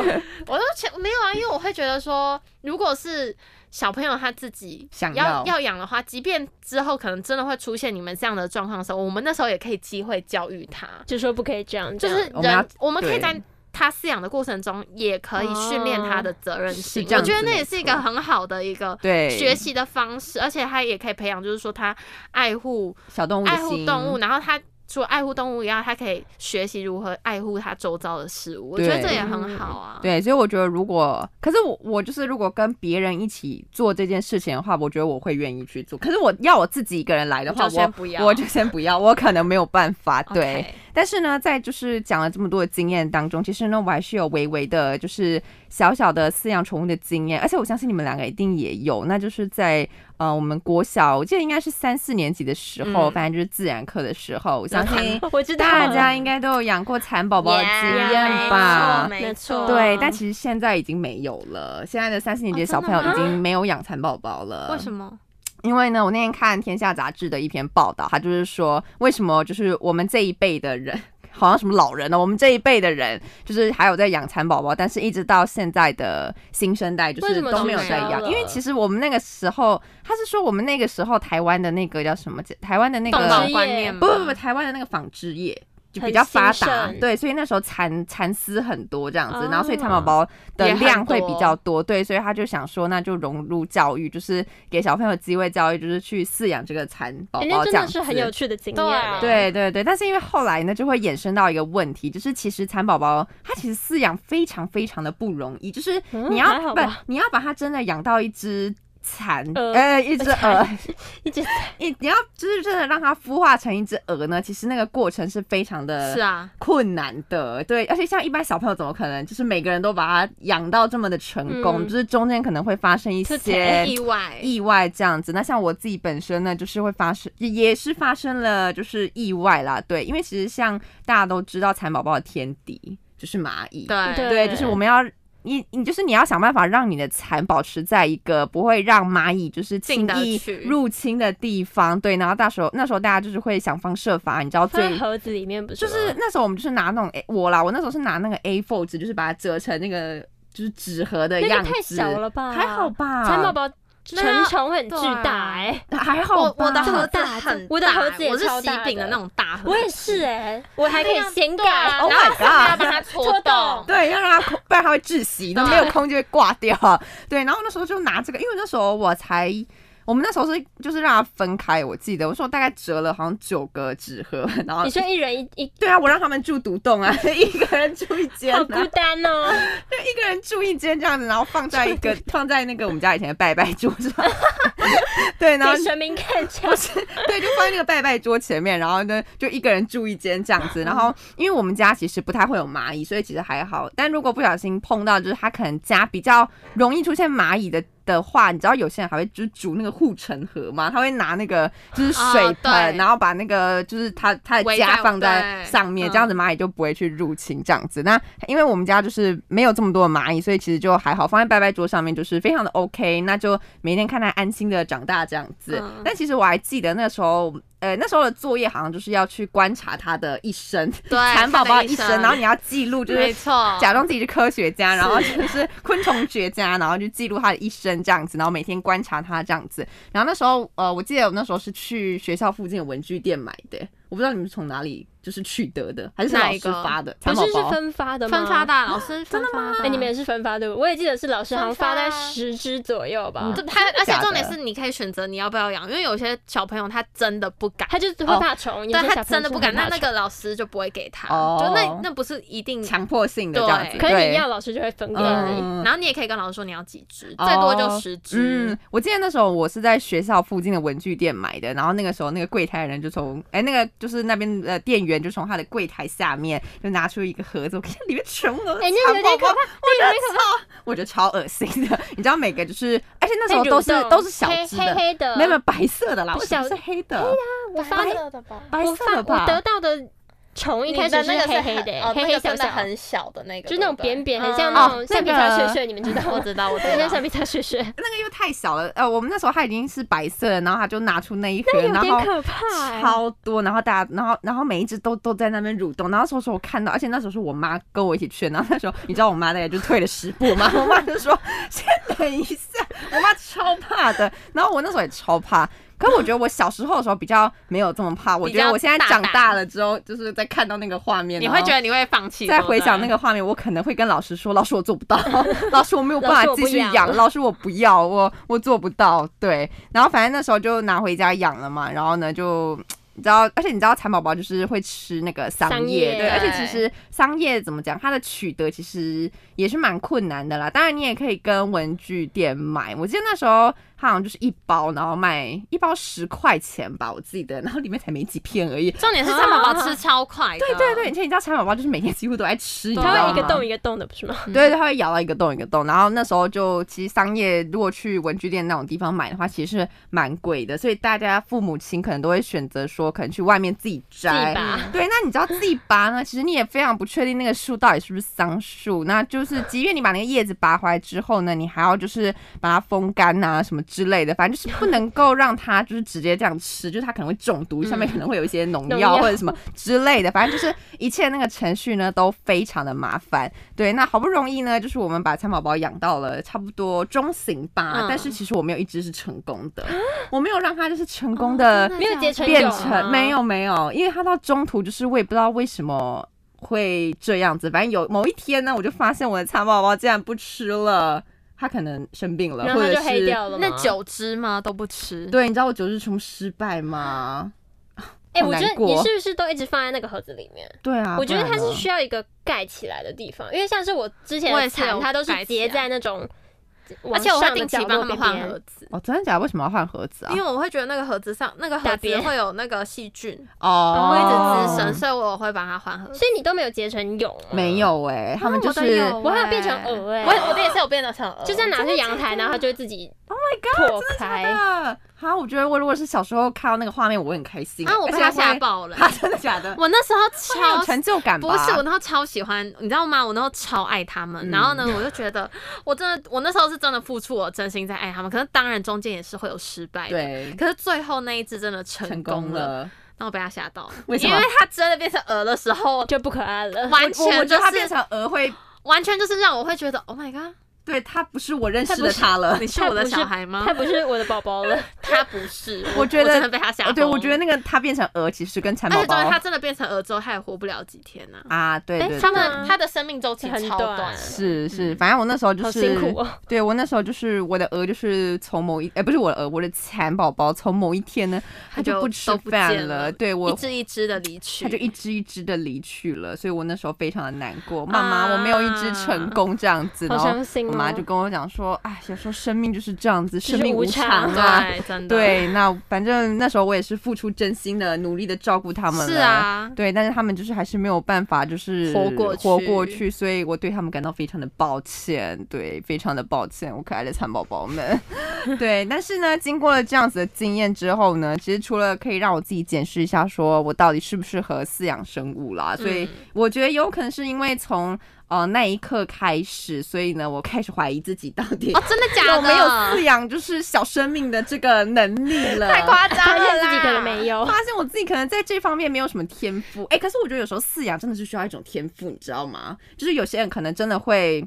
Speaker 1: 我都前没有啊，因为我会觉得说，如果是小朋友他自己
Speaker 2: 想
Speaker 1: 要
Speaker 2: 要
Speaker 1: 要养的话，即便之后可能真的会出现你们这样的状况的时候，我们那时候也可以机会教育他，
Speaker 3: 就说不可以这样，
Speaker 1: 就是
Speaker 3: 这
Speaker 1: 人
Speaker 2: 啊我
Speaker 3: 样
Speaker 2: 们要
Speaker 1: 我们可以
Speaker 2: 对
Speaker 1: 在。
Speaker 4: 他饲养的过程中也可以训练他的责任
Speaker 2: 哦是
Speaker 4: 心。
Speaker 2: 这样
Speaker 4: 我
Speaker 2: 子
Speaker 4: 觉得那
Speaker 2: 没
Speaker 4: 也是一个
Speaker 2: 错
Speaker 4: 很好的一个
Speaker 2: 对，
Speaker 4: 学习的方式，而且他也可以培养，就是说他爱护
Speaker 2: 小动物的
Speaker 4: 爱护
Speaker 2: 心
Speaker 4: 动物，，然后他除了爱护动物以外，他可以学习如何爱护他周遭的事物。我觉得
Speaker 2: 对
Speaker 4: 这也很好啊。
Speaker 2: 对，所以我觉得如果，可是我我就是如果跟别人一起做这件事情的话，我觉得我会愿意去做。可是我要我自己一个人来的
Speaker 4: 你
Speaker 2: 话，
Speaker 4: 就先
Speaker 2: 我
Speaker 4: 不要
Speaker 2: 我就先不要，我可能没有办法。
Speaker 4: OK，
Speaker 2: 对但是呢，在就是讲了这么多的经验当中，其实呢，我还是有微微的，就是小小的饲养宠物的经验，而且我相信你们两个一定也有，那就是在呃我们国小，我记得应该是三四年级的时候，
Speaker 4: 嗯
Speaker 2: 反正就是自然课的时候，我相信
Speaker 3: 我知道
Speaker 2: 大
Speaker 3: 了
Speaker 2: 家应该都有养过蚕宝宝的
Speaker 4: Yeah，
Speaker 2: 经验吧。
Speaker 4: 没错
Speaker 3: 没
Speaker 4: 没错，
Speaker 3: 错
Speaker 2: 对，但其实现在已经没有了。现在的三四年级的小朋友
Speaker 4: 哦真
Speaker 2: 已
Speaker 4: 的吗
Speaker 2: 经没有养蚕宝宝了。
Speaker 4: 为什么？
Speaker 2: 因为呢，我那天看《天下》杂志的一篇报道，他就是说，为什么就是我们这一辈的人，好像什么老人呢？我们这一辈的人，就是还有在养蚕宝宝，但是一直到现在的新生代，就
Speaker 3: 为
Speaker 2: 是
Speaker 3: 什么
Speaker 2: 都没有
Speaker 4: 取
Speaker 2: 在
Speaker 4: 消
Speaker 2: 养。
Speaker 3: 了
Speaker 2: 因为其实我们那个时候，他是说我们那个时候台湾的那个叫什么？台湾的那个
Speaker 4: 动
Speaker 3: 脑
Speaker 4: 保
Speaker 3: 业
Speaker 4: 观念
Speaker 2: 不
Speaker 4: 吗
Speaker 2: 不不，台湾的那个纺织业就比较
Speaker 3: 很兴
Speaker 2: 发达
Speaker 3: 盛，
Speaker 2: 对，所以那时候蚕蚕丝很多这样子，
Speaker 3: 哦
Speaker 2: 然后所以蚕宝宝的
Speaker 4: 也很
Speaker 2: 量会比
Speaker 4: 多
Speaker 2: 较多，对，所以他就想说，那就融入教育，就是给小朋友机会教育，就是去饲养这个蚕宝
Speaker 3: 人
Speaker 2: 宝
Speaker 3: 家
Speaker 2: 哦这
Speaker 3: 真
Speaker 2: 样
Speaker 3: 的
Speaker 2: 子
Speaker 3: 是。很有趣的经验
Speaker 4: 对
Speaker 3: 欸，
Speaker 2: 对对对，但是因为后来呢，就会衍生到一个问题，就是其实蚕宝宝它其实饲养非常非常的不容易，就是
Speaker 3: 嗯
Speaker 2: 你要
Speaker 3: 还好
Speaker 2: 不
Speaker 3: 吧
Speaker 2: 你要把它真的养到一只蚕，
Speaker 3: 鹅
Speaker 2: 呃，一只
Speaker 3: 蚕
Speaker 2: 鹅，
Speaker 3: 一 直
Speaker 2: 你你要就是真的让它孵化成一只鹅呢，其实那个过程是非常的
Speaker 4: 是啊，
Speaker 2: 困难的，对，而且像一般小朋友怎么可能就是每个人都把它养到这么的成功？
Speaker 3: 嗯
Speaker 2: 就是中间可能会发生一
Speaker 3: 是
Speaker 2: 些
Speaker 4: 意外。
Speaker 2: 意外这样子。那像我自己本身呢，就是会发生，也是发生了就是意外啦，对，因为其实像大家都知道蚕宝宝的天敌就是蚂蚁，
Speaker 4: 对，
Speaker 2: 对，就是我们要。你你就是你要想办法让你的蚕保持在一个不会让蚂蚁就是
Speaker 4: 进
Speaker 2: 轻
Speaker 4: 得
Speaker 2: 易
Speaker 4: 去
Speaker 2: 入侵的地方，对。然后那时候那时候大家就是会想方设法，你知道
Speaker 3: 放在
Speaker 2: 最
Speaker 3: 盒子里面不是
Speaker 2: 就
Speaker 3: 吗？
Speaker 2: 是那时候我们就是拿那种 A 我啦，我那时候是拿那个 A4 纸，就是把它折成那个就是纸盒的
Speaker 3: 那
Speaker 2: 样
Speaker 3: 个
Speaker 2: 子，
Speaker 3: 太小了吧？
Speaker 2: 还好，吧？
Speaker 3: 蚕宝宝成
Speaker 4: 那
Speaker 3: 虫很巨
Speaker 4: 对啊
Speaker 3: 大哎，
Speaker 2: 还好
Speaker 4: 我
Speaker 2: 吧？
Speaker 4: 我的盒
Speaker 3: 这
Speaker 4: 子
Speaker 3: 么大
Speaker 4: 很
Speaker 3: 我的
Speaker 4: 大
Speaker 3: 盒子也
Speaker 4: 我是
Speaker 3: 超
Speaker 4: 喜
Speaker 3: 大
Speaker 4: 饼的
Speaker 3: 的
Speaker 4: 那种大盒子，
Speaker 3: 我也是哎，我还可以掀盖
Speaker 4: 然后
Speaker 2: Oh my
Speaker 4: 还要把
Speaker 2: god
Speaker 4: 它
Speaker 3: 戳
Speaker 4: 戳
Speaker 3: 洞
Speaker 4: 洞，
Speaker 2: 对，要让它空，不然它会窒息，那
Speaker 4: 对
Speaker 2: 没有空就会挂掉。对，然后那时候就拿这个，因为那时候我才，我们那时候是就是让它分开，我记得我说我大概折了好像九个纸盒，然后
Speaker 3: 你说一人一一。
Speaker 2: 对啊，我让他们住独栋啊， 一个人住一间、
Speaker 3: 好
Speaker 2: 啊，
Speaker 3: 孤单哦，
Speaker 2: 一个人住一间这样子，然后放在一个放在那个我们家以前的拜拜桌上， 对，然后
Speaker 3: 给神明看见，
Speaker 2: 对，就放在那个拜拜桌前面，然后呢就一个人住一间这样子。然 后因为我们家其实不太会有蚂蚁，所以其实还好。但如果不小心碰到，就是它可能家比较容易出现蚂蚁的。的话，你知道有些人还会就是煮那个护城河嘛？他会拿那个就是水
Speaker 4: 哦
Speaker 2: 盆，
Speaker 4: 对
Speaker 2: 然后把那个就是他他的
Speaker 4: 围在
Speaker 2: 家放在
Speaker 4: 对
Speaker 2: 上面，
Speaker 4: 嗯
Speaker 2: 这样子蚂蚁就不会去入侵这样子。那因为我们家就是没有这么多的蚂蚁，所以其实就还好，放在拜拜桌上面就是非常的 OK。那就每天看它安心的长大这样子。
Speaker 4: 嗯
Speaker 2: 但其实我还记得那时候，呃，那时候的作业好像就是要去观察它的一生，
Speaker 4: 对
Speaker 2: 蚕宝宝一生，
Speaker 4: 哎它的一生
Speaker 2: 然后你要记录，就是
Speaker 4: 没
Speaker 3: 哦
Speaker 4: 错，
Speaker 2: 假装自己是科学家，然后就是昆虫学家，然后就记录他的一生这样子，然后每天观察他这样子。然后那时候，呃，我记得我那时候是去学校附近的文具店买的，我不知道你们从哪里就是取得的，还是是
Speaker 4: 哪
Speaker 2: 老
Speaker 4: 一
Speaker 2: 师
Speaker 4: 个
Speaker 2: 发的
Speaker 3: 不
Speaker 2: 蚕宝
Speaker 3: 是是
Speaker 2: 宝。
Speaker 3: 分发的吗？
Speaker 4: 分发大老
Speaker 2: 啊
Speaker 4: 师分发
Speaker 3: 哎、
Speaker 4: 的，
Speaker 3: 你
Speaker 1: 嗯
Speaker 3: 们也是分发对不对？我也记得是老师好像发在
Speaker 4: 分发
Speaker 3: 十只左右
Speaker 1: 嗯
Speaker 3: 吧，
Speaker 4: 这他，而且
Speaker 2: 假
Speaker 4: 重点
Speaker 2: 的
Speaker 4: 是你可以选择你要不要养，因为有些小朋友他真的不敢，
Speaker 3: 他就是会怕虫，有
Speaker 4: 对
Speaker 3: 些
Speaker 4: 他
Speaker 3: 小朋友
Speaker 4: 真的不敢，
Speaker 3: 是会
Speaker 4: 那
Speaker 3: 怕
Speaker 4: 那个老师就不会给他，
Speaker 2: 哦
Speaker 4: 就那那不是一定。
Speaker 2: 强迫性的这样子，
Speaker 4: 对
Speaker 3: 虫可是
Speaker 2: 对
Speaker 3: 你要老师就会分给你。
Speaker 2: 嗯
Speaker 4: 然后你也可以跟老师说你要几只，
Speaker 2: 哦
Speaker 4: 最多就十只
Speaker 2: 嗯。，我记得那时候我是在学校附近的文具店买的，然后那个时候那个柜台人就从哎、那个就是那边的店员就从他的柜台下面就拿出一个盒子，我看里面全部都是
Speaker 3: 哎那有
Speaker 2: 蚕宝
Speaker 3: 点
Speaker 2: 宝，
Speaker 3: 可
Speaker 2: 我觉得超我觉得超恶心的，你知道每个就是，而且那时候
Speaker 3: 被
Speaker 2: 都是
Speaker 3: 蠕动
Speaker 2: 都是小
Speaker 3: 黑
Speaker 2: 只
Speaker 3: 黑
Speaker 2: 的。
Speaker 3: 黑的，
Speaker 2: 没有没有白色的啦，
Speaker 3: 不
Speaker 2: 为什么
Speaker 3: 小
Speaker 2: 是黑的？黑
Speaker 3: 我发
Speaker 4: 哎
Speaker 3: 的
Speaker 1: 的吧？
Speaker 2: 白
Speaker 3: 我
Speaker 2: 色
Speaker 3: 发
Speaker 2: 的
Speaker 3: 我得
Speaker 2: 吧？
Speaker 3: 到的虫一
Speaker 4: 你
Speaker 3: 开
Speaker 4: 的
Speaker 3: 始
Speaker 4: 那个
Speaker 3: 黑
Speaker 4: 是
Speaker 3: 黑
Speaker 4: 很
Speaker 3: 的、
Speaker 4: 哦
Speaker 3: 黑
Speaker 4: 那
Speaker 3: 黑
Speaker 4: 个
Speaker 3: 小
Speaker 4: 真
Speaker 3: 小
Speaker 4: 的，很小的那个，
Speaker 3: 就是那种
Speaker 4: 对
Speaker 3: 扁
Speaker 4: 不对
Speaker 3: 扁，很
Speaker 4: 嗯
Speaker 3: 像
Speaker 2: 哦
Speaker 3: 那种橡皮擦
Speaker 2: 那
Speaker 3: 屑
Speaker 2: 个
Speaker 3: 屑，你们知道
Speaker 4: 我
Speaker 3: 吗？
Speaker 4: 知道，我知
Speaker 3: 很像
Speaker 4: 道
Speaker 3: 橡。皮擦屑屑，
Speaker 2: 那个又太小了，呃，我们那时候它已经是白色的，然后他就拿出那一盒，
Speaker 3: 那有
Speaker 2: 然
Speaker 3: 点
Speaker 2: 后
Speaker 3: 可怕、欸。
Speaker 2: 超多，然后大家，然后然后每一只都都在那边蠕动，然后那时候说我看到，而且那时候是我妈跟我一起去的，然后那时候你知道我妈大概就退了十步嘛， 我妈就说先等一下，我妈超怕的，然后我那时候也超怕，可是我觉得我小时候的时候比较没有这么怕，我
Speaker 1: 比
Speaker 2: 觉得
Speaker 1: 较
Speaker 2: 我现在
Speaker 1: 大
Speaker 2: 长
Speaker 1: 胆
Speaker 2: 大了之后，就是在看到那个画面，
Speaker 1: 你
Speaker 2: 然
Speaker 1: 会
Speaker 2: 后
Speaker 1: 觉得你会放弃。
Speaker 2: 再
Speaker 1: 对不
Speaker 2: 回想
Speaker 1: 对
Speaker 2: 那个画面，我可能会跟老师说：“老师，我做不 到，老师，我没有办
Speaker 3: 老师
Speaker 2: 法
Speaker 3: 我
Speaker 2: 继
Speaker 3: 不
Speaker 2: 续
Speaker 3: 养
Speaker 2: 养，老师，我不要，我我做不到。”对，然后反正那时候就拿回家养了嘛，然后呢就。你知道，而且你知道蚕宝宝就是会吃那个桑
Speaker 3: 桑
Speaker 2: 叶，
Speaker 3: 叶
Speaker 2: 对，而且
Speaker 1: 对
Speaker 2: 其实桑叶怎么讲，它的取得其实也是蛮困难的啦。当然，你也可以跟文具店买。我记得那时候它好像就是一包，然后卖一包十块钱吧，我记得，然后里面才没几片而已。
Speaker 1: 重点是蚕宝宝吃超快的，
Speaker 2: 对对对，而且你知道蚕宝宝就是每天几乎都在吃，你知道
Speaker 3: 啊它会一个
Speaker 2: 吗
Speaker 3: 洞一个洞的，不是吗？
Speaker 2: 对，它会咬到一个洞一个洞。然后那时候就，其实桑叶如果去文具店那种地方买的话，其实是蛮贵的，所以大家父母亲可能都会选择说，可能去外面自己
Speaker 3: 自
Speaker 2: 摘
Speaker 3: 己。拔。
Speaker 2: 对，那你知道自己拔呢？其实你也非常不确定那个树到底是不是桑树。那 就是，即便你把那个叶子拔回来之后呢，你还要就是把它风干啊什么之类的，反正就是不能够让它就是直接这样 吃，就是它可能会中毒，上面可能会有一些农
Speaker 3: 农
Speaker 2: 药
Speaker 3: 药
Speaker 2: 或者什么之类的，反正就是一切那个程序呢都非常的麻烦。对，那好不容易呢，就是我们把蚕宝宝养到了差不多中型吧，
Speaker 3: 嗯
Speaker 2: 但是其实我没有一只是成功的，我没有让它就是成功啊哦的
Speaker 3: 没有结成
Speaker 2: 变
Speaker 3: 蛹吗
Speaker 2: 成没有没有，因为他到中途就是我也不知道为什么会这样子，反正有某一天呢，我就发现我的蚕宝宝竟然不吃了，它可能生病了，
Speaker 3: 然
Speaker 2: 或
Speaker 3: 后它
Speaker 2: 者
Speaker 3: 就黑
Speaker 2: 是
Speaker 3: 掉了吗。
Speaker 1: 那九只吗都不吃，
Speaker 2: 对，你知道我九日虫失败吗？
Speaker 3: 哎、
Speaker 2: 好
Speaker 3: 我觉
Speaker 2: 难
Speaker 3: 得你
Speaker 2: 过
Speaker 3: 是不是都一直放在那个盒子里面？
Speaker 2: 对啊，
Speaker 3: 我觉得
Speaker 2: 不
Speaker 3: 它
Speaker 2: 然
Speaker 3: 是
Speaker 2: 呢
Speaker 3: 需要一个盖起来的地方，因为像是我之前
Speaker 1: 我
Speaker 3: 的
Speaker 1: 也是
Speaker 3: 蚕，
Speaker 1: 有
Speaker 3: 它都
Speaker 1: 盖
Speaker 3: 是
Speaker 1: 起
Speaker 3: 结
Speaker 1: 来
Speaker 3: 在那种，
Speaker 1: 而且我会定期帮他们换盒
Speaker 3: 子。
Speaker 1: 子，
Speaker 2: 哦，真的假的？为什么要换盒子啊
Speaker 1: 因为？我会觉得那个盒子上那个盒
Speaker 3: 大
Speaker 1: 子
Speaker 3: 便
Speaker 1: 会有那个细菌，
Speaker 2: 哦，
Speaker 1: 会一
Speaker 3: 我
Speaker 1: 直滋生，所以我会帮它换盒子。
Speaker 3: 所以你都没有结成蛹吗？
Speaker 2: 没，有哎、他们就
Speaker 1: 啊我都
Speaker 2: 是
Speaker 1: 有
Speaker 3: 我还有变成蛾哎、
Speaker 1: 我我的也是有变得成蛾，
Speaker 3: 就这样拿去阳台，然后它就会自己 Oh my God 破
Speaker 1: 欸
Speaker 3: 开。
Speaker 2: 啊，好，我觉得我如果是小时候看到那个画面，我会很开心
Speaker 1: 啊，我
Speaker 2: 而
Speaker 1: 被
Speaker 2: 且
Speaker 1: 它
Speaker 2: 会
Speaker 1: 吓爆 了。
Speaker 2: 啊，真的假的？
Speaker 1: 我那时候
Speaker 2: 会很有
Speaker 1: 超
Speaker 2: 成就感吧？
Speaker 1: 不是我，那时候超喜欢，你知道吗？我那时候超爱他们，
Speaker 2: 嗯
Speaker 1: 然后呢，我就觉得我真的，我那时候是真的付出我真心在爱他们，可是当然中间也是会有失败的。
Speaker 2: 对，
Speaker 1: 可是最后那一只真的成
Speaker 2: 成
Speaker 1: 功
Speaker 2: 功了。
Speaker 1: 那我被他吓到了，
Speaker 2: 为什么
Speaker 1: 因为它真的变成鹅的时候，
Speaker 3: 哦就不可爱了，
Speaker 1: 完
Speaker 2: 我
Speaker 1: 全
Speaker 2: 我觉
Speaker 1: 就
Speaker 2: 得它变
Speaker 1: 是
Speaker 2: 成鹅会，
Speaker 1: 完全就是让我会觉得，Oh my god，
Speaker 2: 对，它不是我认识
Speaker 3: 它
Speaker 2: 的
Speaker 3: 不是
Speaker 2: 它了。
Speaker 1: 你是
Speaker 3: 它
Speaker 1: 我的
Speaker 3: 不是
Speaker 1: 小孩
Speaker 2: 啊
Speaker 1: 吗
Speaker 3: 它？不是我的宝 宝了。
Speaker 1: 他不 是，
Speaker 2: 我觉得
Speaker 1: 真的被他吓
Speaker 2: 哦，
Speaker 1: 到。
Speaker 2: 对，我觉得那个它变成鹅，其实跟蚕
Speaker 1: 而
Speaker 2: 宝
Speaker 1: 且重点，
Speaker 2: 宝
Speaker 1: 他真的变成鹅之后，他也活不了几天呐、
Speaker 2: 啊，对
Speaker 3: 哎
Speaker 2: 对
Speaker 3: 它
Speaker 1: 他
Speaker 2: 对，
Speaker 3: 们
Speaker 1: 们他的生命周期
Speaker 3: 很
Speaker 1: 超
Speaker 3: 短
Speaker 2: 是是，反正我那时候就
Speaker 3: 好
Speaker 2: 是，
Speaker 3: 辛苦哦！
Speaker 2: 对我那时候就是我的鹅，就是从某一，哎、不是我的鹅，我的蚕宝宝从某一天呢，它
Speaker 1: 它就
Speaker 2: 不吃
Speaker 1: 都不
Speaker 2: 饭
Speaker 1: 见了
Speaker 2: 对我
Speaker 1: 一只一只的离去，
Speaker 2: 它就一只一只的离去了，所以我那时候非常的难过。妈妈，我没有一只成功这样子，
Speaker 3: 好
Speaker 2: 然后
Speaker 3: 伤心
Speaker 2: 我
Speaker 3: 哦
Speaker 2: 妈就跟我讲说，哎，有时候生命就是这样子，
Speaker 3: 是
Speaker 2: 生命
Speaker 3: 无
Speaker 2: 常
Speaker 3: 常
Speaker 2: 啊。
Speaker 1: 对，真的
Speaker 2: 对，那反正那时候我也是付出真心的努力的照顾他们了。
Speaker 1: 是，啊，
Speaker 2: 对，但是他们就是还是没有办法，就是
Speaker 1: 活过
Speaker 2: 活过
Speaker 1: 去
Speaker 2: 去，所以我对他们感到非常的抱歉，对，非常的抱歉，我可爱的蚕宝宝们。 对，但是呢，经过了这样子的经验之后呢，其实除了可以让我自己检视一下，说我到底适不适合饲养生物啦，所
Speaker 1: 嗯
Speaker 2: 以我觉得有可能是因为从呃那一刻开始，所以呢，我开始怀疑自己到底
Speaker 1: 哦，真的假
Speaker 2: 有
Speaker 1: 的？
Speaker 2: 没有饲养就是小生命的这个能力了。
Speaker 1: 太夸张
Speaker 3: 发
Speaker 1: 了
Speaker 3: 现
Speaker 1: 啦，
Speaker 3: 自己可能没有，
Speaker 2: 发现我自己可能在这方面没有什么天赋。哎、可是我觉得有时候饲养真的是需要一种天赋，你知道吗？就是有些人可能真的会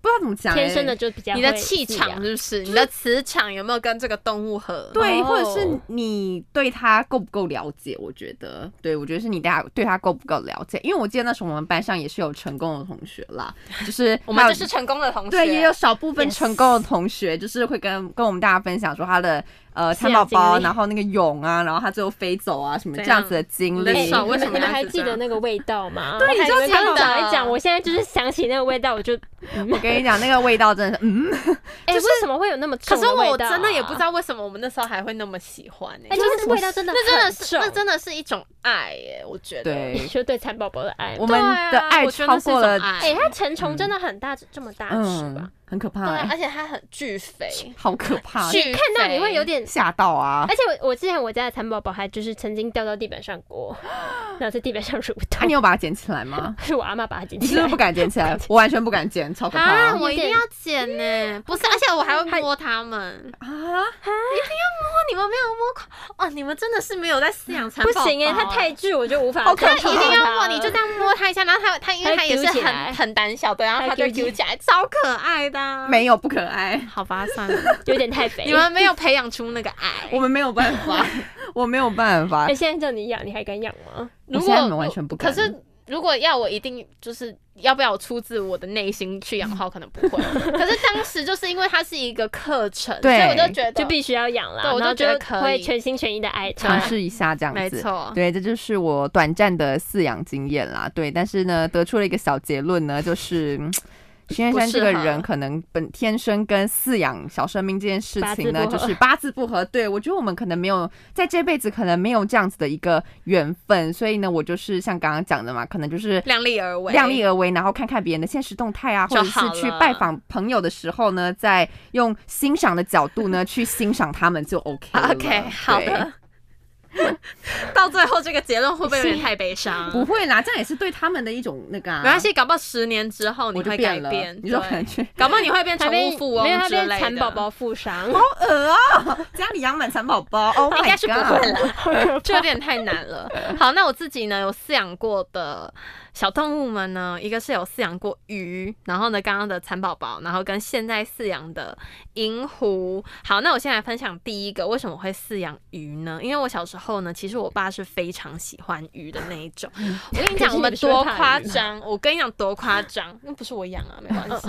Speaker 2: 不知道怎么讲、哎
Speaker 3: 天生的就哦比较
Speaker 1: 你的
Speaker 3: 会啊
Speaker 1: 气
Speaker 3: 饲
Speaker 1: 场
Speaker 3: 养
Speaker 1: 是不啊是？你啊的磁场有没有跟这个动物合？
Speaker 2: 对，
Speaker 3: 哦
Speaker 2: 或者是你对它够不够了解？我觉得，对我觉得是你大家对它够不够了解。因为我记得那时候我们班上也是有成功的同学啦，就是
Speaker 1: 我们
Speaker 2: 还有
Speaker 1: 就是成功的同学，
Speaker 2: 对，也有少部分
Speaker 3: Yes
Speaker 2: 成功的同学，就是会跟跟我们大家分享说他的呃
Speaker 3: 饲
Speaker 2: 蚕宝
Speaker 3: 养
Speaker 2: 宝，
Speaker 3: 经历
Speaker 2: 然后那个蛹啊，然后它最后飞走啊，什么这
Speaker 1: 怎
Speaker 2: 样
Speaker 1: 样
Speaker 2: 子的经
Speaker 1: 你的
Speaker 2: 历。
Speaker 1: 手
Speaker 3: 你
Speaker 1: 为什么
Speaker 3: 们哎你们
Speaker 1: 要
Speaker 3: 还
Speaker 1: 是
Speaker 3: 记
Speaker 1: 这
Speaker 3: 得
Speaker 1: 样
Speaker 3: 那个味道吗？
Speaker 2: 对
Speaker 3: 我
Speaker 2: 你
Speaker 3: 看
Speaker 2: 就
Speaker 3: 们
Speaker 2: 讲
Speaker 3: 刚刚
Speaker 1: 到
Speaker 3: 讲
Speaker 1: 了
Speaker 3: 一讲，我现在就是想起那个味道，我就嗯
Speaker 2: 我跟你讲，那个味道真的是，嗯，
Speaker 3: 哎，为什么会有那么
Speaker 1: 可
Speaker 3: 重
Speaker 1: 是
Speaker 3: 的味道啊？
Speaker 1: 我真的也不知道为什么我们那时候还会那么喜欢呢、
Speaker 3: 哎，就是味道真的
Speaker 1: 那真的
Speaker 3: 很
Speaker 1: 是，那
Speaker 3: 重哎
Speaker 1: 真的是一种爱耶、我觉得。
Speaker 2: 对
Speaker 3: 你说对蚕宝宝的爱吗，
Speaker 2: 我们的爱
Speaker 1: 啊我觉得
Speaker 2: 超
Speaker 1: 那是一
Speaker 2: 过
Speaker 1: 种
Speaker 2: 了，
Speaker 1: 爱
Speaker 3: 哎、它成虫真的很大，这么大只吧
Speaker 2: 嗯？，很可怕、
Speaker 1: 对啊，
Speaker 2: 哎
Speaker 1: 而且它很巨肥，
Speaker 2: 好可怕，
Speaker 1: 巨
Speaker 3: 看到你会有
Speaker 1: 点
Speaker 3: 点，
Speaker 2: 吓到啊！
Speaker 3: 而且我我之前我家的蚕宝宝还就是曾经掉到地板上过， 然后在地板上蠕
Speaker 2: 啊那、你
Speaker 3: 动，
Speaker 2: 有把它捡起来吗？
Speaker 3: 是我阿妈把它捡
Speaker 2: 你
Speaker 3: 起
Speaker 2: 是不
Speaker 3: 来
Speaker 2: 是不。敢捡起来？我完全不敢捡，超可怕
Speaker 1: 啊！
Speaker 2: 啊！
Speaker 1: 我一定要剪呢、不是，而且我还会摸它们。
Speaker 2: 啊
Speaker 1: 哦，你们没有摸过哦，你们真的是没有在饲养蚕
Speaker 3: 不
Speaker 1: 宝宝
Speaker 3: 行哎、
Speaker 1: 哎、
Speaker 3: 它太巨，我就无法
Speaker 2: 好可
Speaker 3: 控
Speaker 2: 怕
Speaker 3: 制
Speaker 1: 一定要摸，
Speaker 3: 它
Speaker 1: 你就
Speaker 3: 了
Speaker 1: 这样摸它一下，然后它它因为
Speaker 3: 它
Speaker 1: 它也是
Speaker 3: 揪起来
Speaker 1: 很很胆小的，然后它
Speaker 3: 它
Speaker 1: 就
Speaker 3: 揪
Speaker 1: 揪
Speaker 3: 起
Speaker 1: 起来，超可爱的啊。
Speaker 2: 没有不可爱，
Speaker 1: 好吧，算 了，
Speaker 3: 有点太肥。
Speaker 1: 你们没有培养出那个爱。
Speaker 2: 我们没有办 法，我没有办法
Speaker 3: 哎，。现在叫你养，你还敢养吗？
Speaker 1: 如
Speaker 2: 我
Speaker 1: 果
Speaker 2: 现在完全不
Speaker 1: 可
Speaker 2: 敢
Speaker 1: 是如果要我一定就是要不要我出自我的内心去养的话，我可能不 会。可是当时就是因为它是一个课程，所
Speaker 2: 对
Speaker 1: 以我就觉得
Speaker 3: 就必须要养啦，
Speaker 1: 对我
Speaker 3: 然后
Speaker 1: 就觉得可以
Speaker 3: 会全心全意的爱
Speaker 2: 尝
Speaker 3: 它。
Speaker 2: 试一下这样
Speaker 1: 没
Speaker 2: 子，
Speaker 1: 错
Speaker 2: 对，这就是我短暂的饲养经验啦。对，但是呢，得出了一个小结论呢，就是。嗯徐先生这个
Speaker 1: 不适
Speaker 2: 人
Speaker 1: 合
Speaker 2: 可能本天生跟饲养小生命这件事情呢，
Speaker 3: 八字不合
Speaker 2: 就是八字不合。对我觉得我们可能没有在这辈子可能没有这样子的一个缘分，所以呢，我就是像刚刚讲的嘛，可能就是
Speaker 1: 量力而为，
Speaker 2: 量力而为，然后看看别人的现实动态啊，或
Speaker 1: 就
Speaker 2: 者是
Speaker 1: 好
Speaker 2: 去
Speaker 1: 了
Speaker 2: 拜访朋友的时候呢，再用欣赏的角度呢去欣赏他 们就 OK 了。
Speaker 1: OK，好
Speaker 2: 对
Speaker 1: 的。 到最后这个结论会不会有点太悲伤？
Speaker 2: 不会啦，这样也是对他们的一种那个、啊。
Speaker 1: 没关，系，搞不好十年之后你
Speaker 2: 我就
Speaker 1: 会改
Speaker 2: 变了。
Speaker 1: 变，
Speaker 2: 你说
Speaker 1: 对
Speaker 2: 可能去
Speaker 1: 搞不好你会变
Speaker 3: 它
Speaker 1: 成
Speaker 3: 变
Speaker 1: 宠物富
Speaker 3: 没有，
Speaker 1: 翁
Speaker 3: 它
Speaker 1: 之
Speaker 3: 变
Speaker 1: 类的。
Speaker 3: 蚕宝宝负伤，
Speaker 2: 好恶哦， 家里养满蚕宝 宝，Oh
Speaker 1: 呃应
Speaker 2: my
Speaker 1: 该是不会
Speaker 2: god！
Speaker 1: 了， 这有点太难 了。好，那我自己呢有饲养过的小动物们呢，一个是有饲养过鱼，然后呢刚刚的蚕宝宝，然后跟现在饲养的银狐。好，那我先来分享第一个，为什么会饲养鱼呢？因为我小时候呢，其实我爸是非常喜欢鱼的那一种。我跟你
Speaker 3: 嗯 可
Speaker 1: 讲，
Speaker 3: 是
Speaker 1: 我们
Speaker 3: 你是不是
Speaker 1: 多
Speaker 3: 怕鱼
Speaker 1: 夸
Speaker 3: 啊
Speaker 1: 张，我跟你讲多夸张， 那不是我养 啊，没关
Speaker 3: 嗯
Speaker 1: 系。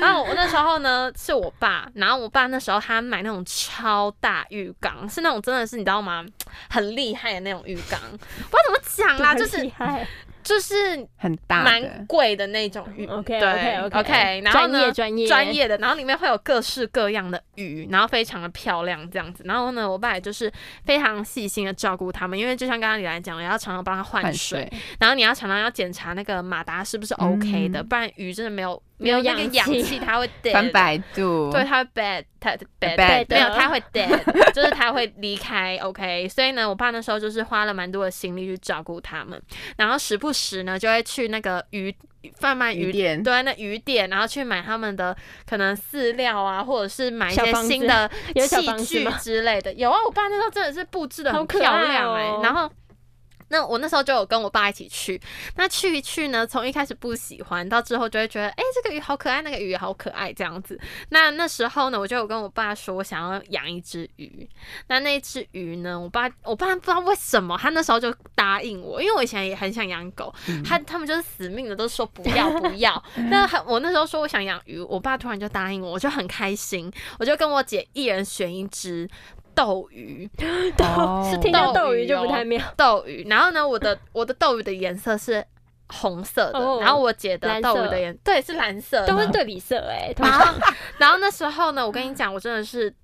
Speaker 1: 然后我那时候呢，是我爸，然后我爸那时候他买那种超大浴缸，是那种真的是你知道吗？很厉害的那种浴缸， 我怎么讲啦？
Speaker 3: 多
Speaker 1: 啊就是
Speaker 3: 厉害
Speaker 1: 就是
Speaker 2: 很大
Speaker 1: 蛮
Speaker 2: 的，
Speaker 1: 贵的那种浴
Speaker 3: OK
Speaker 1: 嗯对
Speaker 3: 嗯 OK
Speaker 1: OK，然后
Speaker 3: 专
Speaker 1: 呢
Speaker 3: 业专业
Speaker 1: 专，业的，然后里面会有各式各样的鱼，然后非常的漂亮这样子。然后呢，我爸也就是非常细心的照顾它们，因为就像刚刚李兰讲的，要常常帮它换
Speaker 2: 汗
Speaker 1: 水，
Speaker 2: 水，
Speaker 1: 然后你要常常要检查那个马达是不是 OK 的，
Speaker 2: 嗯
Speaker 1: 不然鱼真的没有
Speaker 3: 没
Speaker 1: 没
Speaker 3: 有
Speaker 1: 有那个
Speaker 3: 氧
Speaker 1: 氧
Speaker 3: 气
Speaker 1: 气，它会 dead
Speaker 2: 三百度，
Speaker 1: 对，，它会 bad，它 bad，,
Speaker 2: Bad
Speaker 1: 没有，它会 dead，就是它会离开。OK，所以呢，我爸那时候就是花了蛮多的心力去照顾它们，然后时不时呢就会去那个鱼贩卖
Speaker 2: 鱼
Speaker 1: 鱼
Speaker 2: 店
Speaker 1: 对，那鱼店，然后去买他们的可能饲料啊，或者是买一
Speaker 3: 小
Speaker 1: 些
Speaker 3: 房子
Speaker 1: 新的
Speaker 3: 有小
Speaker 1: 器
Speaker 3: 房子
Speaker 1: 具
Speaker 3: 吗
Speaker 1: 之类的。有啊，我爸那时候真的是布置的
Speaker 3: 好
Speaker 1: 很
Speaker 3: 可
Speaker 1: 漂
Speaker 3: 爱
Speaker 1: 亮哎、
Speaker 3: 哦
Speaker 1: 然后。那我那时候就有跟我爸一起去，那去一去呢，从一开始不喜欢，到之后就会觉得，哎、这个鱼好可爱，那个鱼也好可爱这样子。那那时候呢，我就有跟我爸说，我想要养一只鱼。那那只鱼呢，我爸我爸不知道为什么，他那时候就答应我，因为我以前也很想养狗，
Speaker 3: 嗯
Speaker 1: 他他们就是死命的都说不要不 要。那很我那时候说我想养鱼，我爸突然就答应我，我就很开心，我就跟我姐一人选一只斗鱼。
Speaker 2: 哦
Speaker 3: 是听到
Speaker 1: 斗
Speaker 3: 斗鱼
Speaker 1: 鱼
Speaker 3: 就不
Speaker 1: 哦
Speaker 3: 太妙，
Speaker 1: 斗鱼，然后呢，我的我的斗鱼的颜色是红色的，
Speaker 3: 哦
Speaker 1: 然后我姐的
Speaker 3: 蓝
Speaker 1: 斗
Speaker 3: 色
Speaker 1: 鱼的颜对是蓝色的，
Speaker 3: 都是对比色哎，通
Speaker 1: 然
Speaker 3: 常
Speaker 1: 后 然后那时候呢，我跟你讲，我真的是。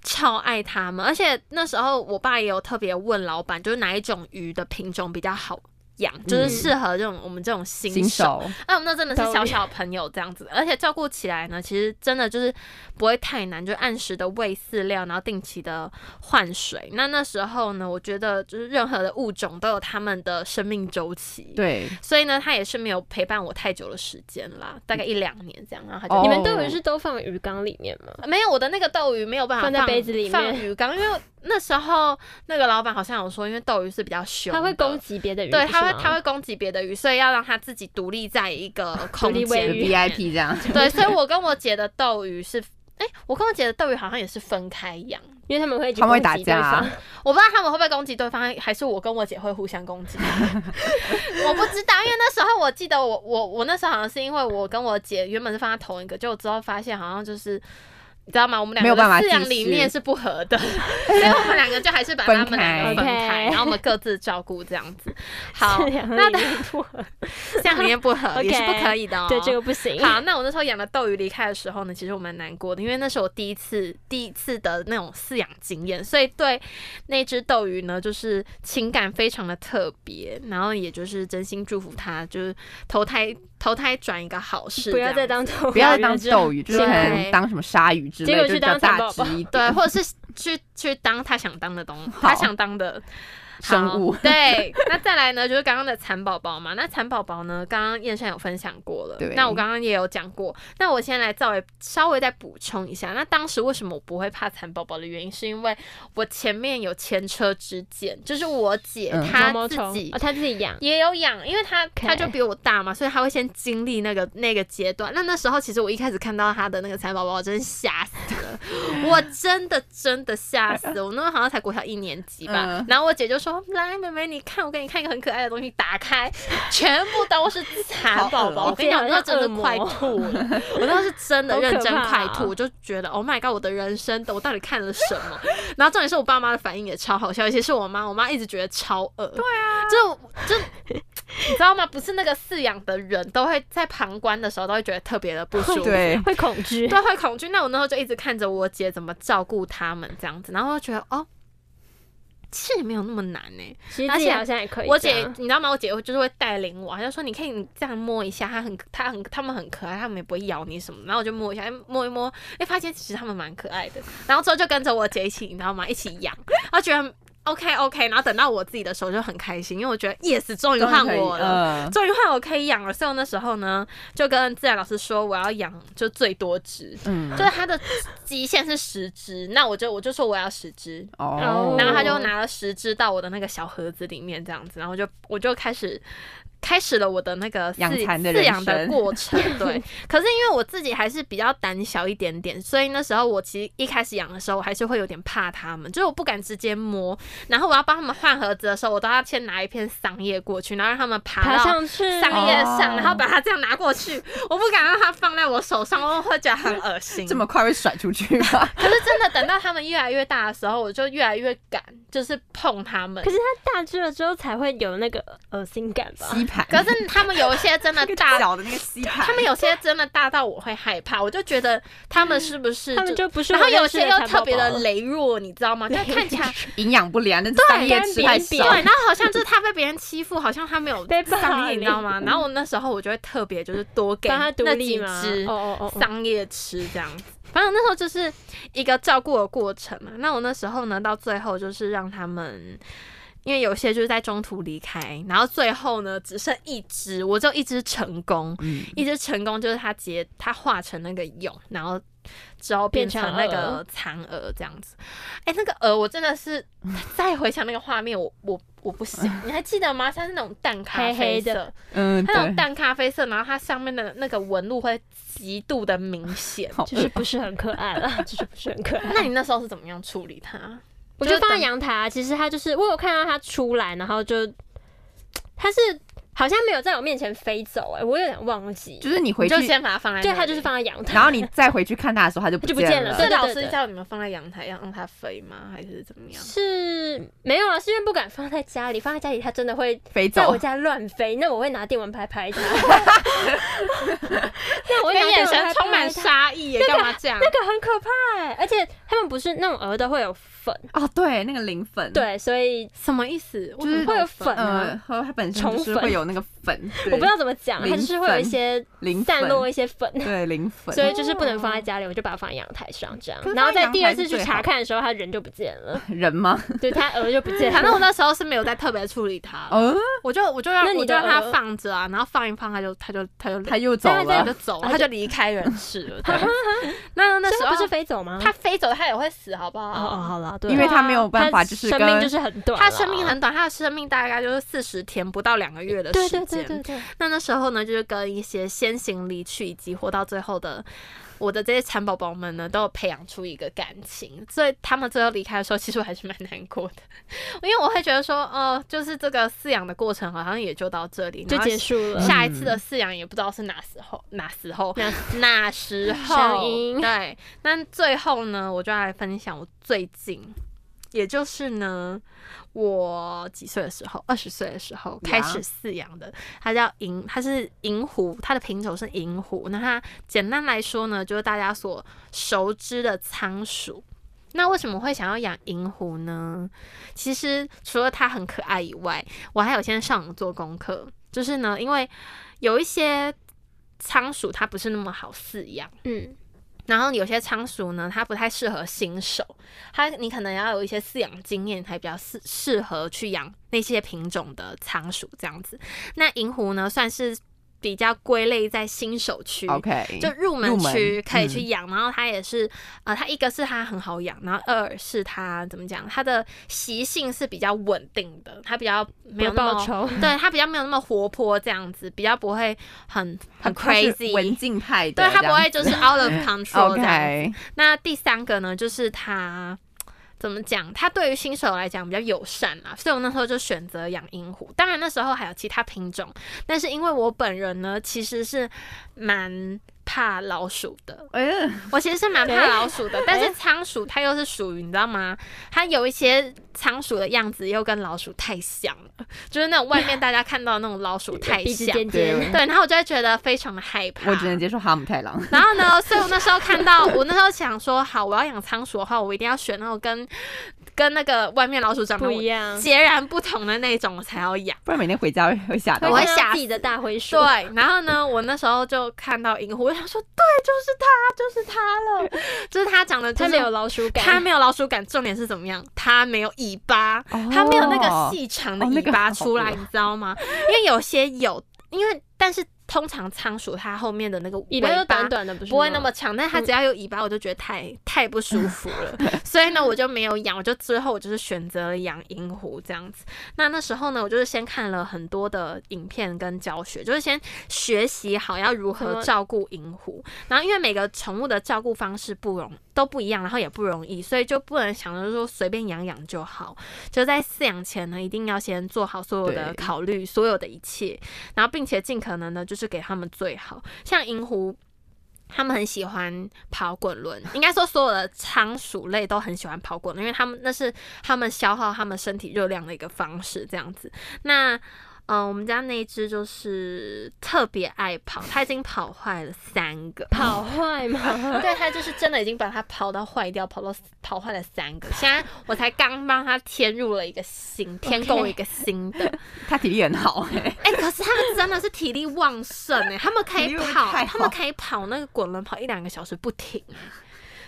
Speaker 1: 超爱它们，而且那时候我爸也有特别问老板，就是哪一种鱼的品种比较好养，
Speaker 3: 嗯
Speaker 1: 就是适合这种我们这种新
Speaker 2: 新
Speaker 1: 手。
Speaker 2: 手，
Speaker 1: 哎，我们那真的
Speaker 3: 道
Speaker 1: 是小
Speaker 3: 理
Speaker 1: 小朋友这样子， 而且照顾起来呢，其实真的就是不会太难，就按时的喂饲料，然后定期的换水。那那时候呢，我觉得就是任何的物种都有它们的生命周期，，
Speaker 2: 对，
Speaker 1: 所以呢，它也是没有陪伴我太久的时间啦，大概一两年这样，然后它就
Speaker 2: 哦
Speaker 3: 你们斗鱼是都放鱼缸里面吗？
Speaker 1: 没有，我的那个斗鱼没有办法
Speaker 3: 放在杯子里面
Speaker 1: 放鱼缸，因为那时候那个老板好像有说，因为斗鱼是比较凶的，
Speaker 3: 它会攻击别的鱼，
Speaker 1: 对，
Speaker 3: 不
Speaker 1: 它
Speaker 3: 是
Speaker 1: 会
Speaker 3: 吗
Speaker 1: 它会攻击别的鱼，所以要让它自己独立在一个空
Speaker 3: 立喂
Speaker 1: 间
Speaker 2: 有
Speaker 3: 鱼
Speaker 1: 里面
Speaker 2: VIP 这样，
Speaker 1: 对，所以我跟我姐的斗鱼是，哎、我跟我姐的斗鱼好像也是分开养，
Speaker 3: 因为他们会一起
Speaker 2: 他们会
Speaker 3: 攻
Speaker 2: 打
Speaker 3: 击对
Speaker 2: 架啊
Speaker 3: 方，
Speaker 1: 我不知道他们会不会攻击对方，还是我跟我姐会互相 攻击，我不知道，因为那时候我记得我我我那时候好像是因为我跟我姐原本是放在同一个，就之后发现好像就是。你知道吗？我们两
Speaker 2: 没有
Speaker 1: 个的
Speaker 2: 办法
Speaker 1: 饲养
Speaker 2: 继
Speaker 1: 理
Speaker 2: 续
Speaker 1: 念是不合的，所以我们两个就还是把他们两个
Speaker 2: 分开
Speaker 1: 分开，
Speaker 3: OK
Speaker 1: 然后我们各自照顾这样子。 好，
Speaker 3: 这两个
Speaker 1: 那
Speaker 3: 理念 不合，
Speaker 1: 饲养理念不合
Speaker 3: OK
Speaker 1: 也是不可以的哦。
Speaker 3: 对这个不行。
Speaker 1: 好，那我那时候养的斗鱼离开的时候呢，其实我蛮难过的，因为那是我第一次第一次的那种饲养经验，所以对那只斗鱼呢，就是情感非常的特别，然后也就是真心祝福它，就是投胎投胎转一个好事，
Speaker 3: 不要
Speaker 1: 这
Speaker 3: 再
Speaker 1: 样
Speaker 3: 当斗鱼了，
Speaker 2: 不要再当斗鱼，就是可能
Speaker 1: 对
Speaker 2: 当什么鲨鱼之类，
Speaker 3: 结果
Speaker 2: 的，
Speaker 3: 去
Speaker 2: 就比
Speaker 3: 当
Speaker 2: 较
Speaker 3: 蚕
Speaker 2: 大
Speaker 3: 宝宝
Speaker 2: 只一点。
Speaker 1: 对，或者是去去当他想当的东，他想当的
Speaker 2: 生物
Speaker 1: 好。 对，那再来呢，就是刚刚的蚕宝宝嘛。那蚕宝宝呢，刚刚燕山有分享过了，
Speaker 2: 对
Speaker 1: 那我刚刚也有讲过。那我先来稍微稍微再补充一下，那当时为什么我不会怕蚕宝宝的原因，是因为我前面有前车之鉴，就是我姐
Speaker 2: 嗯
Speaker 1: 她
Speaker 3: 毛毛
Speaker 1: 自
Speaker 3: 虫
Speaker 1: 己
Speaker 3: 哦，。他自己养，
Speaker 1: 也有养，因为她她
Speaker 3: OK
Speaker 1: 就比我大嘛，所以她会先经历那个那个阶段。那那时候其实我一开始看到她的那个蚕宝宝，我真是吓死 了，我真的真的吓死了。我那时候好像才国小一年级吧，
Speaker 2: 嗯
Speaker 1: 然后我姐就说：“来，妹妹，你看，我给你看一个很可爱的东西。”打开，全部都是蚕宝宝。
Speaker 3: 好恶哦
Speaker 1: 我跟你讲，我
Speaker 3: 天啊
Speaker 1: 那时候真
Speaker 3: 像恶
Speaker 1: 的
Speaker 3: 魔
Speaker 1: 快吐了， 我当时真的
Speaker 3: 好可
Speaker 1: 认真
Speaker 3: 怕
Speaker 1: 快
Speaker 3: 啊
Speaker 1: 吐，我就觉得 “Oh my god”，我的人生，我到底看了什么？然后重点是我爸妈的反应也超好笑，尤其是我妈，我妈一直觉得超恶。对啊， 就就你知道吗？不是那个饲养的人都会在旁观的时候都会觉得特别的不舒服。
Speaker 2: 对，
Speaker 3: 会恐惧。
Speaker 1: 对，会恐惧。那我那时候就一直看着我姐怎么照顾他们这样子，然后我就觉得哦，其实也没有那么难欸呢、
Speaker 3: 其实
Speaker 1: 而
Speaker 3: 自己
Speaker 1: 且
Speaker 3: 好像也可以这样。
Speaker 1: 我姐你知道吗？我姐就是会带领我，她就说你可以这样摸一下，它很它很它们很可爱，它们也不会咬你什么。然后我就摸一下，哎摸一摸，哎发现其实它们蛮可爱的。然后之后就跟着我姐一起，你知道吗？一起养，然后觉得 OK OK。然后等到我自己的时候就很开心，因为我觉得 yes，终于呃换我了。
Speaker 2: 了。
Speaker 1: 终于换我可以养了，所以我那时候呢，就跟自然老师说我要养就最多只，
Speaker 2: 嗯，
Speaker 1: 就是它的极限是十只，那我就我就说我要十只，
Speaker 2: 哦，
Speaker 1: 然后他就拿了十只到我的那个小盒子里面，这样子，然后就我就开始开始了我的那个饲
Speaker 2: 养蚕的
Speaker 1: 饲
Speaker 2: 人
Speaker 1: 养的
Speaker 2: 生
Speaker 1: 过程。 对，可是因为我自己还是比较胆小一点点，所以那时候我其实一开始养的时候，我还是会有点怕它们，就是我不敢直接摸。然后我要帮他们换盒子的时候，我都要先拿一片桑叶过去，然后让他们爬
Speaker 3: 爬
Speaker 1: 到。
Speaker 3: 上去，
Speaker 1: 桑叶上，
Speaker 2: 哦
Speaker 1: 然后把它这样拿过去，我不敢让它放在我手上，我会觉得很恶心。
Speaker 2: 这么快会甩出 去吗？
Speaker 1: 可是真的等到他们越来越大的时候，我就越来越敢，就是碰他们。
Speaker 3: 可是它大只了之后才会有那个恶心感吧？
Speaker 2: 吸盘，
Speaker 1: 可是他们有一些真 的大，
Speaker 2: 小的那个吸盘，
Speaker 1: 他们有些真的大到我会害怕，我就觉得他们是不是
Speaker 3: 他们就不是
Speaker 1: 然后
Speaker 3: 我认
Speaker 1: 有
Speaker 3: 识
Speaker 1: 些又
Speaker 3: 蚕
Speaker 1: 特
Speaker 3: 宝
Speaker 1: 别
Speaker 3: 宝
Speaker 1: 的
Speaker 3: 了
Speaker 1: 羸弱，你知道 吗？就看起来。
Speaker 2: 营养不良，但是三叶吃太
Speaker 1: 对，
Speaker 2: 少。
Speaker 1: 然后好像就是他被别人欺负，好像他没有
Speaker 3: 被霸
Speaker 1: 桑叶，你知道
Speaker 3: 凌
Speaker 1: 吗？然后我那时候我就会特别就是多给
Speaker 3: 帮它独
Speaker 1: 那
Speaker 3: 立
Speaker 1: 几
Speaker 3: 吗
Speaker 1: 只
Speaker 3: 哦哦哦哦
Speaker 1: 桑叶吃这样子。反正那时候就是一个照顾的过程嘛。那我那时候呢，到最后就是让他们。因为有些就是在中途离开，然后最后呢只剩一只，我就一只成功，
Speaker 2: 嗯，
Speaker 1: 一只成功就是它结它化成那个蛹，然后之后变成
Speaker 3: 变成
Speaker 1: 那
Speaker 3: 蛾
Speaker 1: 个蚕蛾这样子。哎、那个蛾我真的是再回想那个画面，我我我不行。你还记得吗？它是那种淡咖
Speaker 3: 黑
Speaker 1: 啡
Speaker 3: 黑
Speaker 1: 色，
Speaker 3: 的
Speaker 2: 嗯，
Speaker 1: 它那种
Speaker 2: 对，
Speaker 1: 淡咖啡色，然后它上面的那个纹路会极度的明显。
Speaker 2: 好
Speaker 3: 就是不是很可爱了， 就是不是很可爱。
Speaker 1: 那你那时候是怎么样处理它？
Speaker 3: 我
Speaker 1: 就是
Speaker 3: 就放在
Speaker 1: 等
Speaker 3: 阳台啊，其实它就是我有看到它出来，然后就它是好像没有在我面前飞走、哎，我有点忘记。
Speaker 2: 就是你回
Speaker 1: 你
Speaker 2: 去
Speaker 1: 就，先把它放在那里，
Speaker 3: 对，它就是放在阳台，
Speaker 2: 然后你再回去看它的时候，它就
Speaker 3: 就不
Speaker 2: 见
Speaker 3: 见了
Speaker 1: 是
Speaker 3: 对
Speaker 1: 老
Speaker 3: 对
Speaker 1: 师
Speaker 3: 对
Speaker 1: 叫你们放在阳台让让它飞吗？还是怎么样？
Speaker 3: 是没有啊，是因为不敢放在家里，放在家里它真的会
Speaker 2: 飞
Speaker 3: 在
Speaker 2: 走
Speaker 3: 我。家乱飞，那我会拿电蚊拍拍 它。那
Speaker 1: 我
Speaker 3: 我会拿电
Speaker 1: 眼
Speaker 3: 蚊
Speaker 1: 神
Speaker 3: 拍
Speaker 1: 充满
Speaker 3: 拍它。
Speaker 1: 杀意耶，干嘛这样？
Speaker 3: 那个很可怕、哎，而且它们不是那种蛾都会有粉，
Speaker 2: 哦，对，那个磷粉，，
Speaker 3: 对，所以
Speaker 1: 什么意思？我怎
Speaker 2: 就
Speaker 1: 么
Speaker 2: 是
Speaker 3: 会有
Speaker 1: 粉
Speaker 3: 粉啊
Speaker 2: 呃，和它本身就是
Speaker 3: 虫粉
Speaker 2: 会有那个粉，
Speaker 3: 我
Speaker 2: 对
Speaker 3: 不知道怎么讲，它就是会有一些
Speaker 2: 磷粉
Speaker 3: 散，落一些粉，
Speaker 2: 对，磷粉，
Speaker 3: 所以就是不能放在家里，我就把它放在阳台上这样
Speaker 2: 可。是
Speaker 3: 然后
Speaker 2: 放在
Speaker 3: 在
Speaker 2: 阳
Speaker 3: 第
Speaker 2: 台
Speaker 3: 二次
Speaker 2: 是
Speaker 3: 去
Speaker 2: 最
Speaker 3: 查
Speaker 2: 好
Speaker 3: 看的时候，它人就不见了，
Speaker 2: 人吗？
Speaker 3: 对，它鹅就不 见
Speaker 1: 反正我
Speaker 3: 了。
Speaker 1: 那时候是没有在特别处理它，
Speaker 2: 哦，
Speaker 1: 我就我就让
Speaker 3: 那你
Speaker 1: 我就
Speaker 3: 的
Speaker 1: 让它
Speaker 3: 鹅
Speaker 1: 放着啊，然后放一放，它就它就它就
Speaker 2: 它又走
Speaker 1: 它就
Speaker 2: 了，
Speaker 1: 走了，它就离开人世了。 对那那
Speaker 3: 所以
Speaker 1: 时
Speaker 3: 它
Speaker 1: 候
Speaker 3: 不是飞走吗？
Speaker 1: 它飞走，它也会死，好不
Speaker 3: 哦哦，
Speaker 1: 好？
Speaker 3: 好了，对，
Speaker 2: 因为它没有
Speaker 3: 它
Speaker 2: 办法，就是
Speaker 3: 生
Speaker 2: 跟
Speaker 3: 命就是很短啦，
Speaker 1: 它生命很短，它的生命大概就是四十天不到两个月的
Speaker 3: 对
Speaker 1: 时
Speaker 3: 对对对
Speaker 1: 间。
Speaker 3: 对，
Speaker 1: 那那时候呢，就是跟一些先行离去以及活到最后的。我的这些蚕宝宝们呢，都有培养出一个感情，所以他们最后离开的时候，其实我还是蛮难过的，因为我会觉得说，哦、就是这个饲养的过程好像也就到这里，
Speaker 3: 就
Speaker 1: 然后
Speaker 3: 结束了。
Speaker 1: 下一次的饲养也不知道是哪时 候，哪时候，
Speaker 3: 那
Speaker 1: 哪时候
Speaker 3: 声。音
Speaker 1: 对，那最后呢，我就要来分享我最近，也就是呢，我几岁的时候，二十岁的时候
Speaker 2: 呀
Speaker 1: 开始饲养的。它叫银，它是银狐，它的品种是银狐。那它简单来说呢，就是大家所熟知的仓鼠。那为什么会想要养银狐呢？其实除了它很可爱以外，我还有先上网做功课，就是呢，因为有一些仓鼠它不是那么好饲养，
Speaker 3: 嗯，
Speaker 1: 然后有些仓鼠呢，它不太适合新手，它你可能要有一些饲养经验才比较适适合去养那些品种的仓鼠这样子。那银狐呢，算是比较归类在新手区。
Speaker 2: OK，
Speaker 1: 就入门
Speaker 2: 入门
Speaker 1: 区可以
Speaker 2: 嗯
Speaker 1: 去养，然后它也是，呃，它一个是它很好养，然后二是呃它怎么讲，它的习性是比较稳定的，它比较没有那
Speaker 3: 报
Speaker 1: 么
Speaker 3: 仇，
Speaker 1: 对他比较没有那么活泼，这样子比较不会很很
Speaker 2: 它是
Speaker 1: crazy，
Speaker 2: 文静派的这
Speaker 1: 对
Speaker 2: 样子，
Speaker 1: 他不会就是 out of control 这样子
Speaker 2: OK，
Speaker 1: 那第三个呢，就是他怎么讲？他对于新手来讲比较友善啦，所以我那时候就选择养银狐。当然那时候还有其他品种，但是因为我本人呢其实是蛮怕老鼠的，
Speaker 2: 嗯，
Speaker 1: 我其实是蛮怕老鼠的，但是仓鼠它又是属于你知道吗？它有一些仓鼠的样子又跟老鼠太像了，就是那种外面大家看到的那种老鼠太
Speaker 3: 鼻子
Speaker 1: 像。
Speaker 3: 尖
Speaker 2: 对
Speaker 3: 尖，
Speaker 1: 对，然后我就会觉得非常的害怕。
Speaker 2: 我只能接受哈姆太郎。
Speaker 1: 然后呢， 所以我那时候看到，我那时候想说，好，我要养仓鼠的话，我一定要选那种跟跟那个外面老鼠长得
Speaker 3: 不一样。
Speaker 1: 截然不同的那种，我才要养。
Speaker 2: 不然每天回家会会吓到
Speaker 1: 我。会
Speaker 3: 看到
Speaker 1: 吓
Speaker 3: 自己的大灰鼠，
Speaker 1: 对，然后呢，我那时候就看到银狐，我想说，对，就是它，就是它 了，就是它长得就
Speaker 3: 它
Speaker 1: 是
Speaker 3: 没有老鼠感，
Speaker 1: 它没有老鼠感，重点是怎么样？它没有尾巴，
Speaker 2: 哦
Speaker 1: 它没有那个细长的
Speaker 2: 哦
Speaker 1: 尾
Speaker 2: 那个
Speaker 1: 巴
Speaker 2: 好
Speaker 1: 出来，
Speaker 2: 恶
Speaker 1: 你知道吗？因为有些有，因为但是通常仓鼠它后面的那个
Speaker 3: 尾
Speaker 1: 尾
Speaker 3: 巴
Speaker 1: 巴
Speaker 3: 就短，短的，不是嗯
Speaker 1: 不会
Speaker 3: 吗
Speaker 1: 那么长，但是它只要有尾巴，我就觉得太太不 舒服了，所以呢，我就没有养，我就之后我就是选择了养银狐这样子。那那时候呢，我就是先看了很多的影片跟教学，就是先学习好要如
Speaker 3: 什
Speaker 1: 何
Speaker 3: 么
Speaker 1: 照顾银狐。然后因为每个宠物的照顾方式不容都不一样，然后也不容易，所以就不能想着说随便养养就好。就在饲养前呢，一定要先做好所有的
Speaker 2: 对
Speaker 1: 考虑，所有的一切，然后并且尽可能的，就是给他们最好。像银狐。他们很喜欢跑滚轮，应该说所有的仓鼠类都很喜欢跑滚轮，因为他们那是他们消耗他们身体热量的一个方式，这样子。那嗯、呃我们家那一只就是特别爱跑，它已经跑坏了三个，
Speaker 3: 跑坏吗？
Speaker 1: 对，它就是真的已经把它跑到坏掉，跑到跑坏了三个。现在我才刚帮它添入了一个新，添购一个新的。
Speaker 2: 他体力很好，
Speaker 1: 哎、可是他们真的是体力旺盛哎、他们可
Speaker 2: 体
Speaker 1: 以
Speaker 2: 力会
Speaker 1: 跑，
Speaker 2: 太
Speaker 1: 他们
Speaker 2: 好
Speaker 1: 可以跑那个滚轮跑一两个小时不停。欸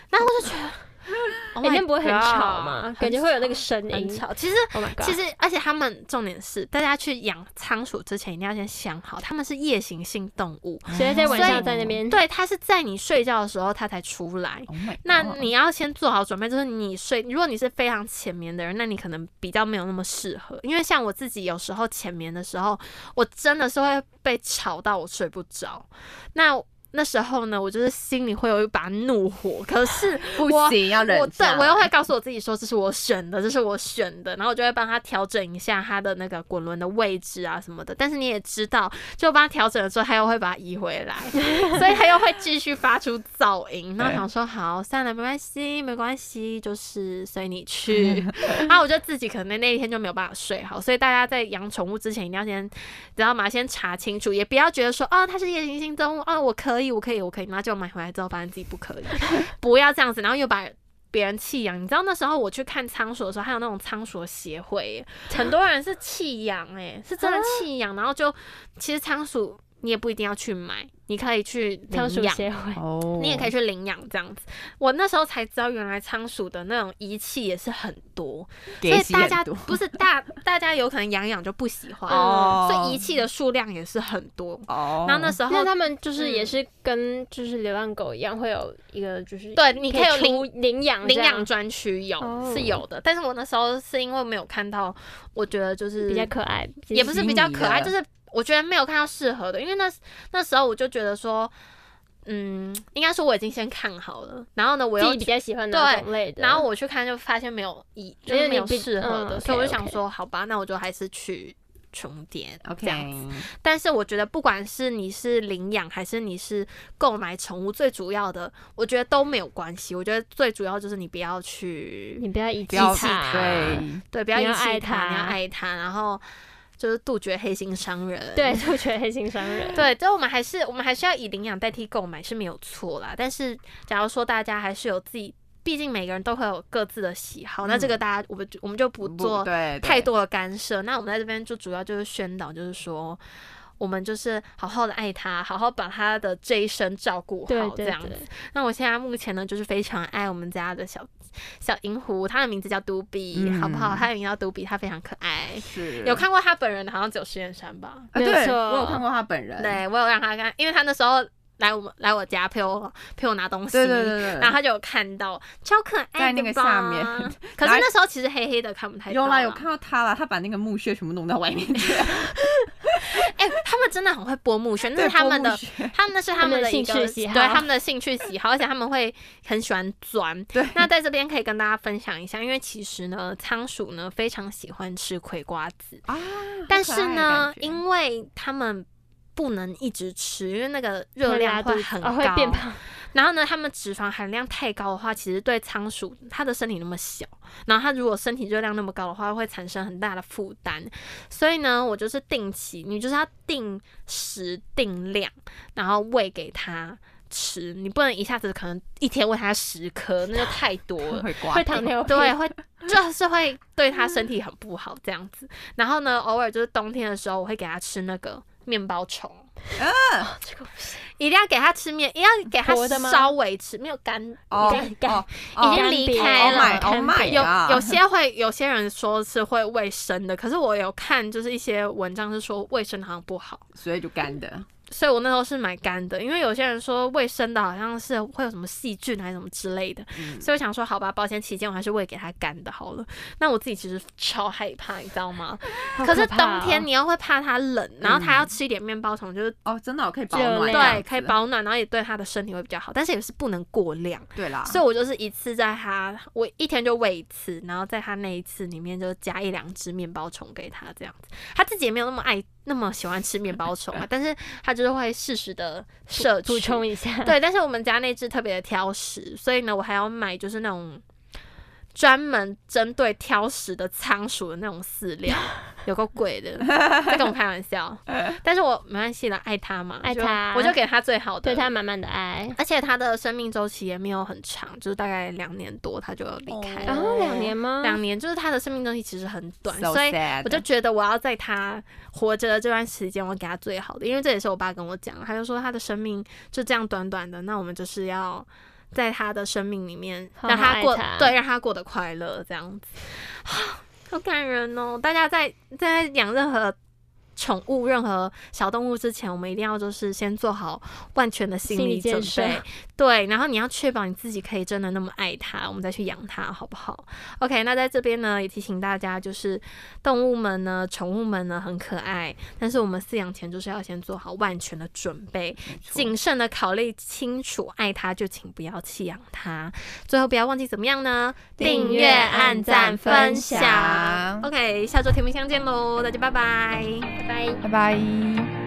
Speaker 1: 然后我就觉得，
Speaker 3: 每天不会很吵
Speaker 1: 哦，Oh God，
Speaker 3: 吗
Speaker 1: 很？
Speaker 3: ，Oh 感觉会有那个声
Speaker 1: 很
Speaker 3: 音。
Speaker 1: 吵。其实
Speaker 3: Oh my god！
Speaker 1: 其实，而且他们重点是，大家去养仓鼠之前一定要先想好，他们是夜行性动物，
Speaker 3: 谁会在晚
Speaker 1: 所
Speaker 3: 上
Speaker 1: 以
Speaker 3: 在那边？
Speaker 1: 对，它是在你睡觉的时候它才出来。
Speaker 2: Oh my god
Speaker 1: 那你要先做好准备，就是你睡，如果你是非常浅眠的人，那你可能比较没有那么适合。因为像我自己有时候浅眠的时候，我真的是会被吵到我睡不着。那那时候呢，我就是心里会有一把怒火，可是
Speaker 2: 不行要
Speaker 1: 我对
Speaker 2: 忍下
Speaker 1: 我又
Speaker 2: 来
Speaker 1: 会告诉我自己说这是我选的，这是我选的，然后我就会帮他调整一下他的那个滚轮的位置啊什么的。但是你也知道，就帮他调整了之后，他又会把它移回 来，所以他又会继续发出噪音。那我
Speaker 2: 对
Speaker 1: 想说好，算了，没关系，没关系，就是随你 去。然后我就自己可能那一天就没有办法睡好，所以大家在养宠物之前一定要先知道吗？先查清楚，也不要觉得说哦，它是夜行性动物，哦，我可以，我可以，我可以，然后就买回来之后发现自己不 可以，不要这样子，然后又把。别人弃养，你知道那时候我去看仓鼠的时候，还有那种仓鼠协会耶，很多人是弃养，哎，是真的弃养，然后就其实仓鼠你也不一定要去买，你可以去领
Speaker 3: 仓鼠
Speaker 1: 养
Speaker 3: 协会，
Speaker 2: 哦，
Speaker 1: 你也可以去领养这样子。我那时候才知道，原来仓鼠的那种仪器也是很多，所
Speaker 2: 给
Speaker 1: 以
Speaker 2: 洗
Speaker 1: 大
Speaker 2: 很
Speaker 1: 家
Speaker 2: 多
Speaker 1: 不是大 大家有可能养养就不喜欢，
Speaker 2: 哦
Speaker 1: 所以仪器的数量也是很多。
Speaker 2: 哦，
Speaker 1: 然后那时候
Speaker 3: 那他们就是
Speaker 1: 嗯
Speaker 3: 也是跟就是流浪狗一样，会有一个就是
Speaker 1: 对，你可以有领
Speaker 3: 出领养
Speaker 1: 领
Speaker 3: 这样
Speaker 1: 养专区有、
Speaker 3: 哦
Speaker 1: 是有的，但是我那时候是因为没有看到，我觉得就是
Speaker 3: 比较可爱，
Speaker 1: 嗯也不是比较可爱，
Speaker 2: 稀
Speaker 1: 就
Speaker 2: 奇
Speaker 1: 是我觉得没有看到适合的，因为那那时候我就觉得说，嗯，应该说我已经先看好了，然后呢，我
Speaker 3: 自
Speaker 1: 又
Speaker 3: 己比较喜欢哪种类的。
Speaker 1: 然后我去看就发现没有一就
Speaker 3: 没有
Speaker 1: 是没有
Speaker 3: 你比
Speaker 1: 适合的，
Speaker 3: 嗯
Speaker 1: 所以我就
Speaker 3: OK，OK
Speaker 1: 想说，好吧，那我就还是去重点这
Speaker 2: OK，
Speaker 1: 样子。但是我觉得，不管是你是领养还是你是购买宠物，最主要的，我觉得都没有关系。我觉得最主要就是你不要去
Speaker 3: 你不要遗
Speaker 2: 不
Speaker 3: 弃
Speaker 2: 要
Speaker 3: 它，
Speaker 2: 对，
Speaker 1: 对，不要
Speaker 3: 你要
Speaker 1: 遗弃
Speaker 3: 爱
Speaker 1: 它，你要
Speaker 3: 它
Speaker 1: 爱它，然后就是杜绝黑心商人。
Speaker 3: 对，就觉得黑心商人。
Speaker 1: 对，就我们还是我们还是要以领养代替购买是没有错啦。但是假如说大家还是有自己，毕竟每个人都会有各自的喜好，那这个大家我们就我嗯们就不做
Speaker 2: 对
Speaker 1: 太。多的干涉。那我们在这边就主要就是宣导，就是说。我们就是好好的爱它，好好把它的这一生照顾
Speaker 3: 对
Speaker 1: 好，这
Speaker 3: 对
Speaker 1: 样子。
Speaker 3: 对，
Speaker 1: 那我现在目前呢，就是非常爱我们家的小小银狐，它的名字叫嘟比，
Speaker 2: 嗯
Speaker 1: 好不好？它的名字叫嘟比，它非常可爱。
Speaker 2: 是
Speaker 1: 有看过它本人的，好像只有石岩山吧？
Speaker 2: 啊？
Speaker 3: 没有
Speaker 2: 对，
Speaker 3: 错
Speaker 2: 我有看过他本人。
Speaker 1: 对，我有让它看，因为它那时候来我们来我家陪我陪我拿东西，
Speaker 2: 对对对对，
Speaker 1: 然后它就有看到，超可爱的
Speaker 2: 在那个
Speaker 1: 吧
Speaker 2: 下面
Speaker 1: 可是那时候其实黑黑的，看不太到。
Speaker 2: 有啦，有看。到他啦，他把那个墓穴全部弄到外面去，
Speaker 1: 哎、他们真的很会播木屑，那
Speaker 2: 对
Speaker 1: 是他们
Speaker 2: 剥
Speaker 1: 的
Speaker 2: 墓穴
Speaker 1: 他们那是他们的一个
Speaker 3: 他们的兴趣喜好
Speaker 1: 对他们的兴趣喜好，而且他们会很喜欢钻。
Speaker 2: 对
Speaker 1: 那在这边可以跟大家分享一下，因为其实呢，仓鼠呢非常喜欢吃葵瓜子，
Speaker 2: 啊。
Speaker 1: 但是呢
Speaker 2: 好可爱的感，觉
Speaker 1: 因为他们。不能一直吃，因为那个热量会
Speaker 3: 会拉肚子
Speaker 1: 很高，
Speaker 3: 哦会变胖，
Speaker 1: 然后呢，它们脂肪含量太高的话，其实对仓鼠它的身体那么小，然后它如果身体热量那么高的话，会产生很大的负担。所以呢，我就是定期，你就是要定时定量，然后喂给它吃，你不能一下子可能一天喂它十颗，那就太多 了。
Speaker 2: 会刮
Speaker 3: 会糖尿病，
Speaker 1: 对，会就是会对它身体很不好这样子。然后呢，偶尔就是冬天的时候，我会给它吃那个面包虫。
Speaker 3: 这个
Speaker 1: 一定要给它吃面，一定要给它
Speaker 3: 活的吗
Speaker 1: 稍微吃，没有干
Speaker 2: 哦
Speaker 1: 干干
Speaker 2: 哦，
Speaker 1: 已
Speaker 2: 哦
Speaker 1: 经离开了。
Speaker 2: Oh my- oh my
Speaker 1: 有
Speaker 2: god
Speaker 1: 有些会，有些人说是会喂生的，可是我有看就是一些文章是说喂生的好像不好，
Speaker 2: 所以就干的。
Speaker 1: 所以我那时候是买干的，因为有些人说喂生的好像是会有什么细菌还是什么之类的，
Speaker 2: 嗯
Speaker 1: 所以我想说好吧，保险起见我还是喂给它干的好了。那我自己其实超害怕，你知道吗？
Speaker 3: 好
Speaker 1: 可是
Speaker 3: 怕哦
Speaker 1: 冬天你又会怕它冷，然后它要吃一点面包虫，就是
Speaker 2: 哦，真的哦可以保
Speaker 3: 热
Speaker 2: 暖，
Speaker 3: 量
Speaker 1: 对可以。保暖，然后也对它的身体会比较好，但是也是不能过量。
Speaker 2: 对啦，
Speaker 1: 所以我就是一次在他，我一天就喂一次，然后在他那一次里面就加一两只面包虫给他这样子。他自己也没有那么爱那么喜欢吃面包虫啊，但是他就是会适时的摄
Speaker 3: 补
Speaker 1: 取。
Speaker 3: 充一下，
Speaker 1: 对，但是我们家那只特别的挑食，所以呢，我还要买就是那种专门针对挑食的仓鼠的那种饲料，有够贵 的，在跟我开玩笑。但是我没关系的，爱它嘛，
Speaker 3: 爱
Speaker 1: 就
Speaker 3: 它
Speaker 1: 我就给它最好的，
Speaker 3: 对他满满的爱。
Speaker 1: 而且它的生命周期也没有很长，就是大概两年多它就离开
Speaker 3: 然
Speaker 1: 了。
Speaker 3: 后哦两年吗？
Speaker 1: 两、年就是它的生命周期其实很短
Speaker 2: So
Speaker 1: 所以
Speaker 2: sad
Speaker 1: 我就觉得我要在它活着的这段时间，我给它最好的，因为这也是我爸跟我讲的，他就说它的生命就这样短短的，那我们就是要。在它的生命里面，
Speaker 3: 好好
Speaker 1: 让它
Speaker 3: 爱
Speaker 1: 过
Speaker 3: 它
Speaker 1: 对，让它过得快乐，这样子， 好感人哦！大家在在养任何宠物、任何小动物之前，我们一定要就是先做好万全的心
Speaker 3: 心理
Speaker 1: 理
Speaker 3: 建
Speaker 1: 准
Speaker 3: 设
Speaker 1: 备，对，然后你要确保你自己可以真的那么爱它，我们再去养它，好不好？OK，那在这边呢，也提醒大家，就是动物们呢、宠物们呢很可爱，但是我们饲养前就是要先做好万全的准备，
Speaker 2: 没错
Speaker 1: 谨慎的考虑清楚，爱它就请不要弃养它。最后不要忘记怎么样呢？
Speaker 3: 订阅按赞分享
Speaker 1: OK，下周甜蜜相见喽，大家拜拜，拜拜。
Speaker 2: 拜拜。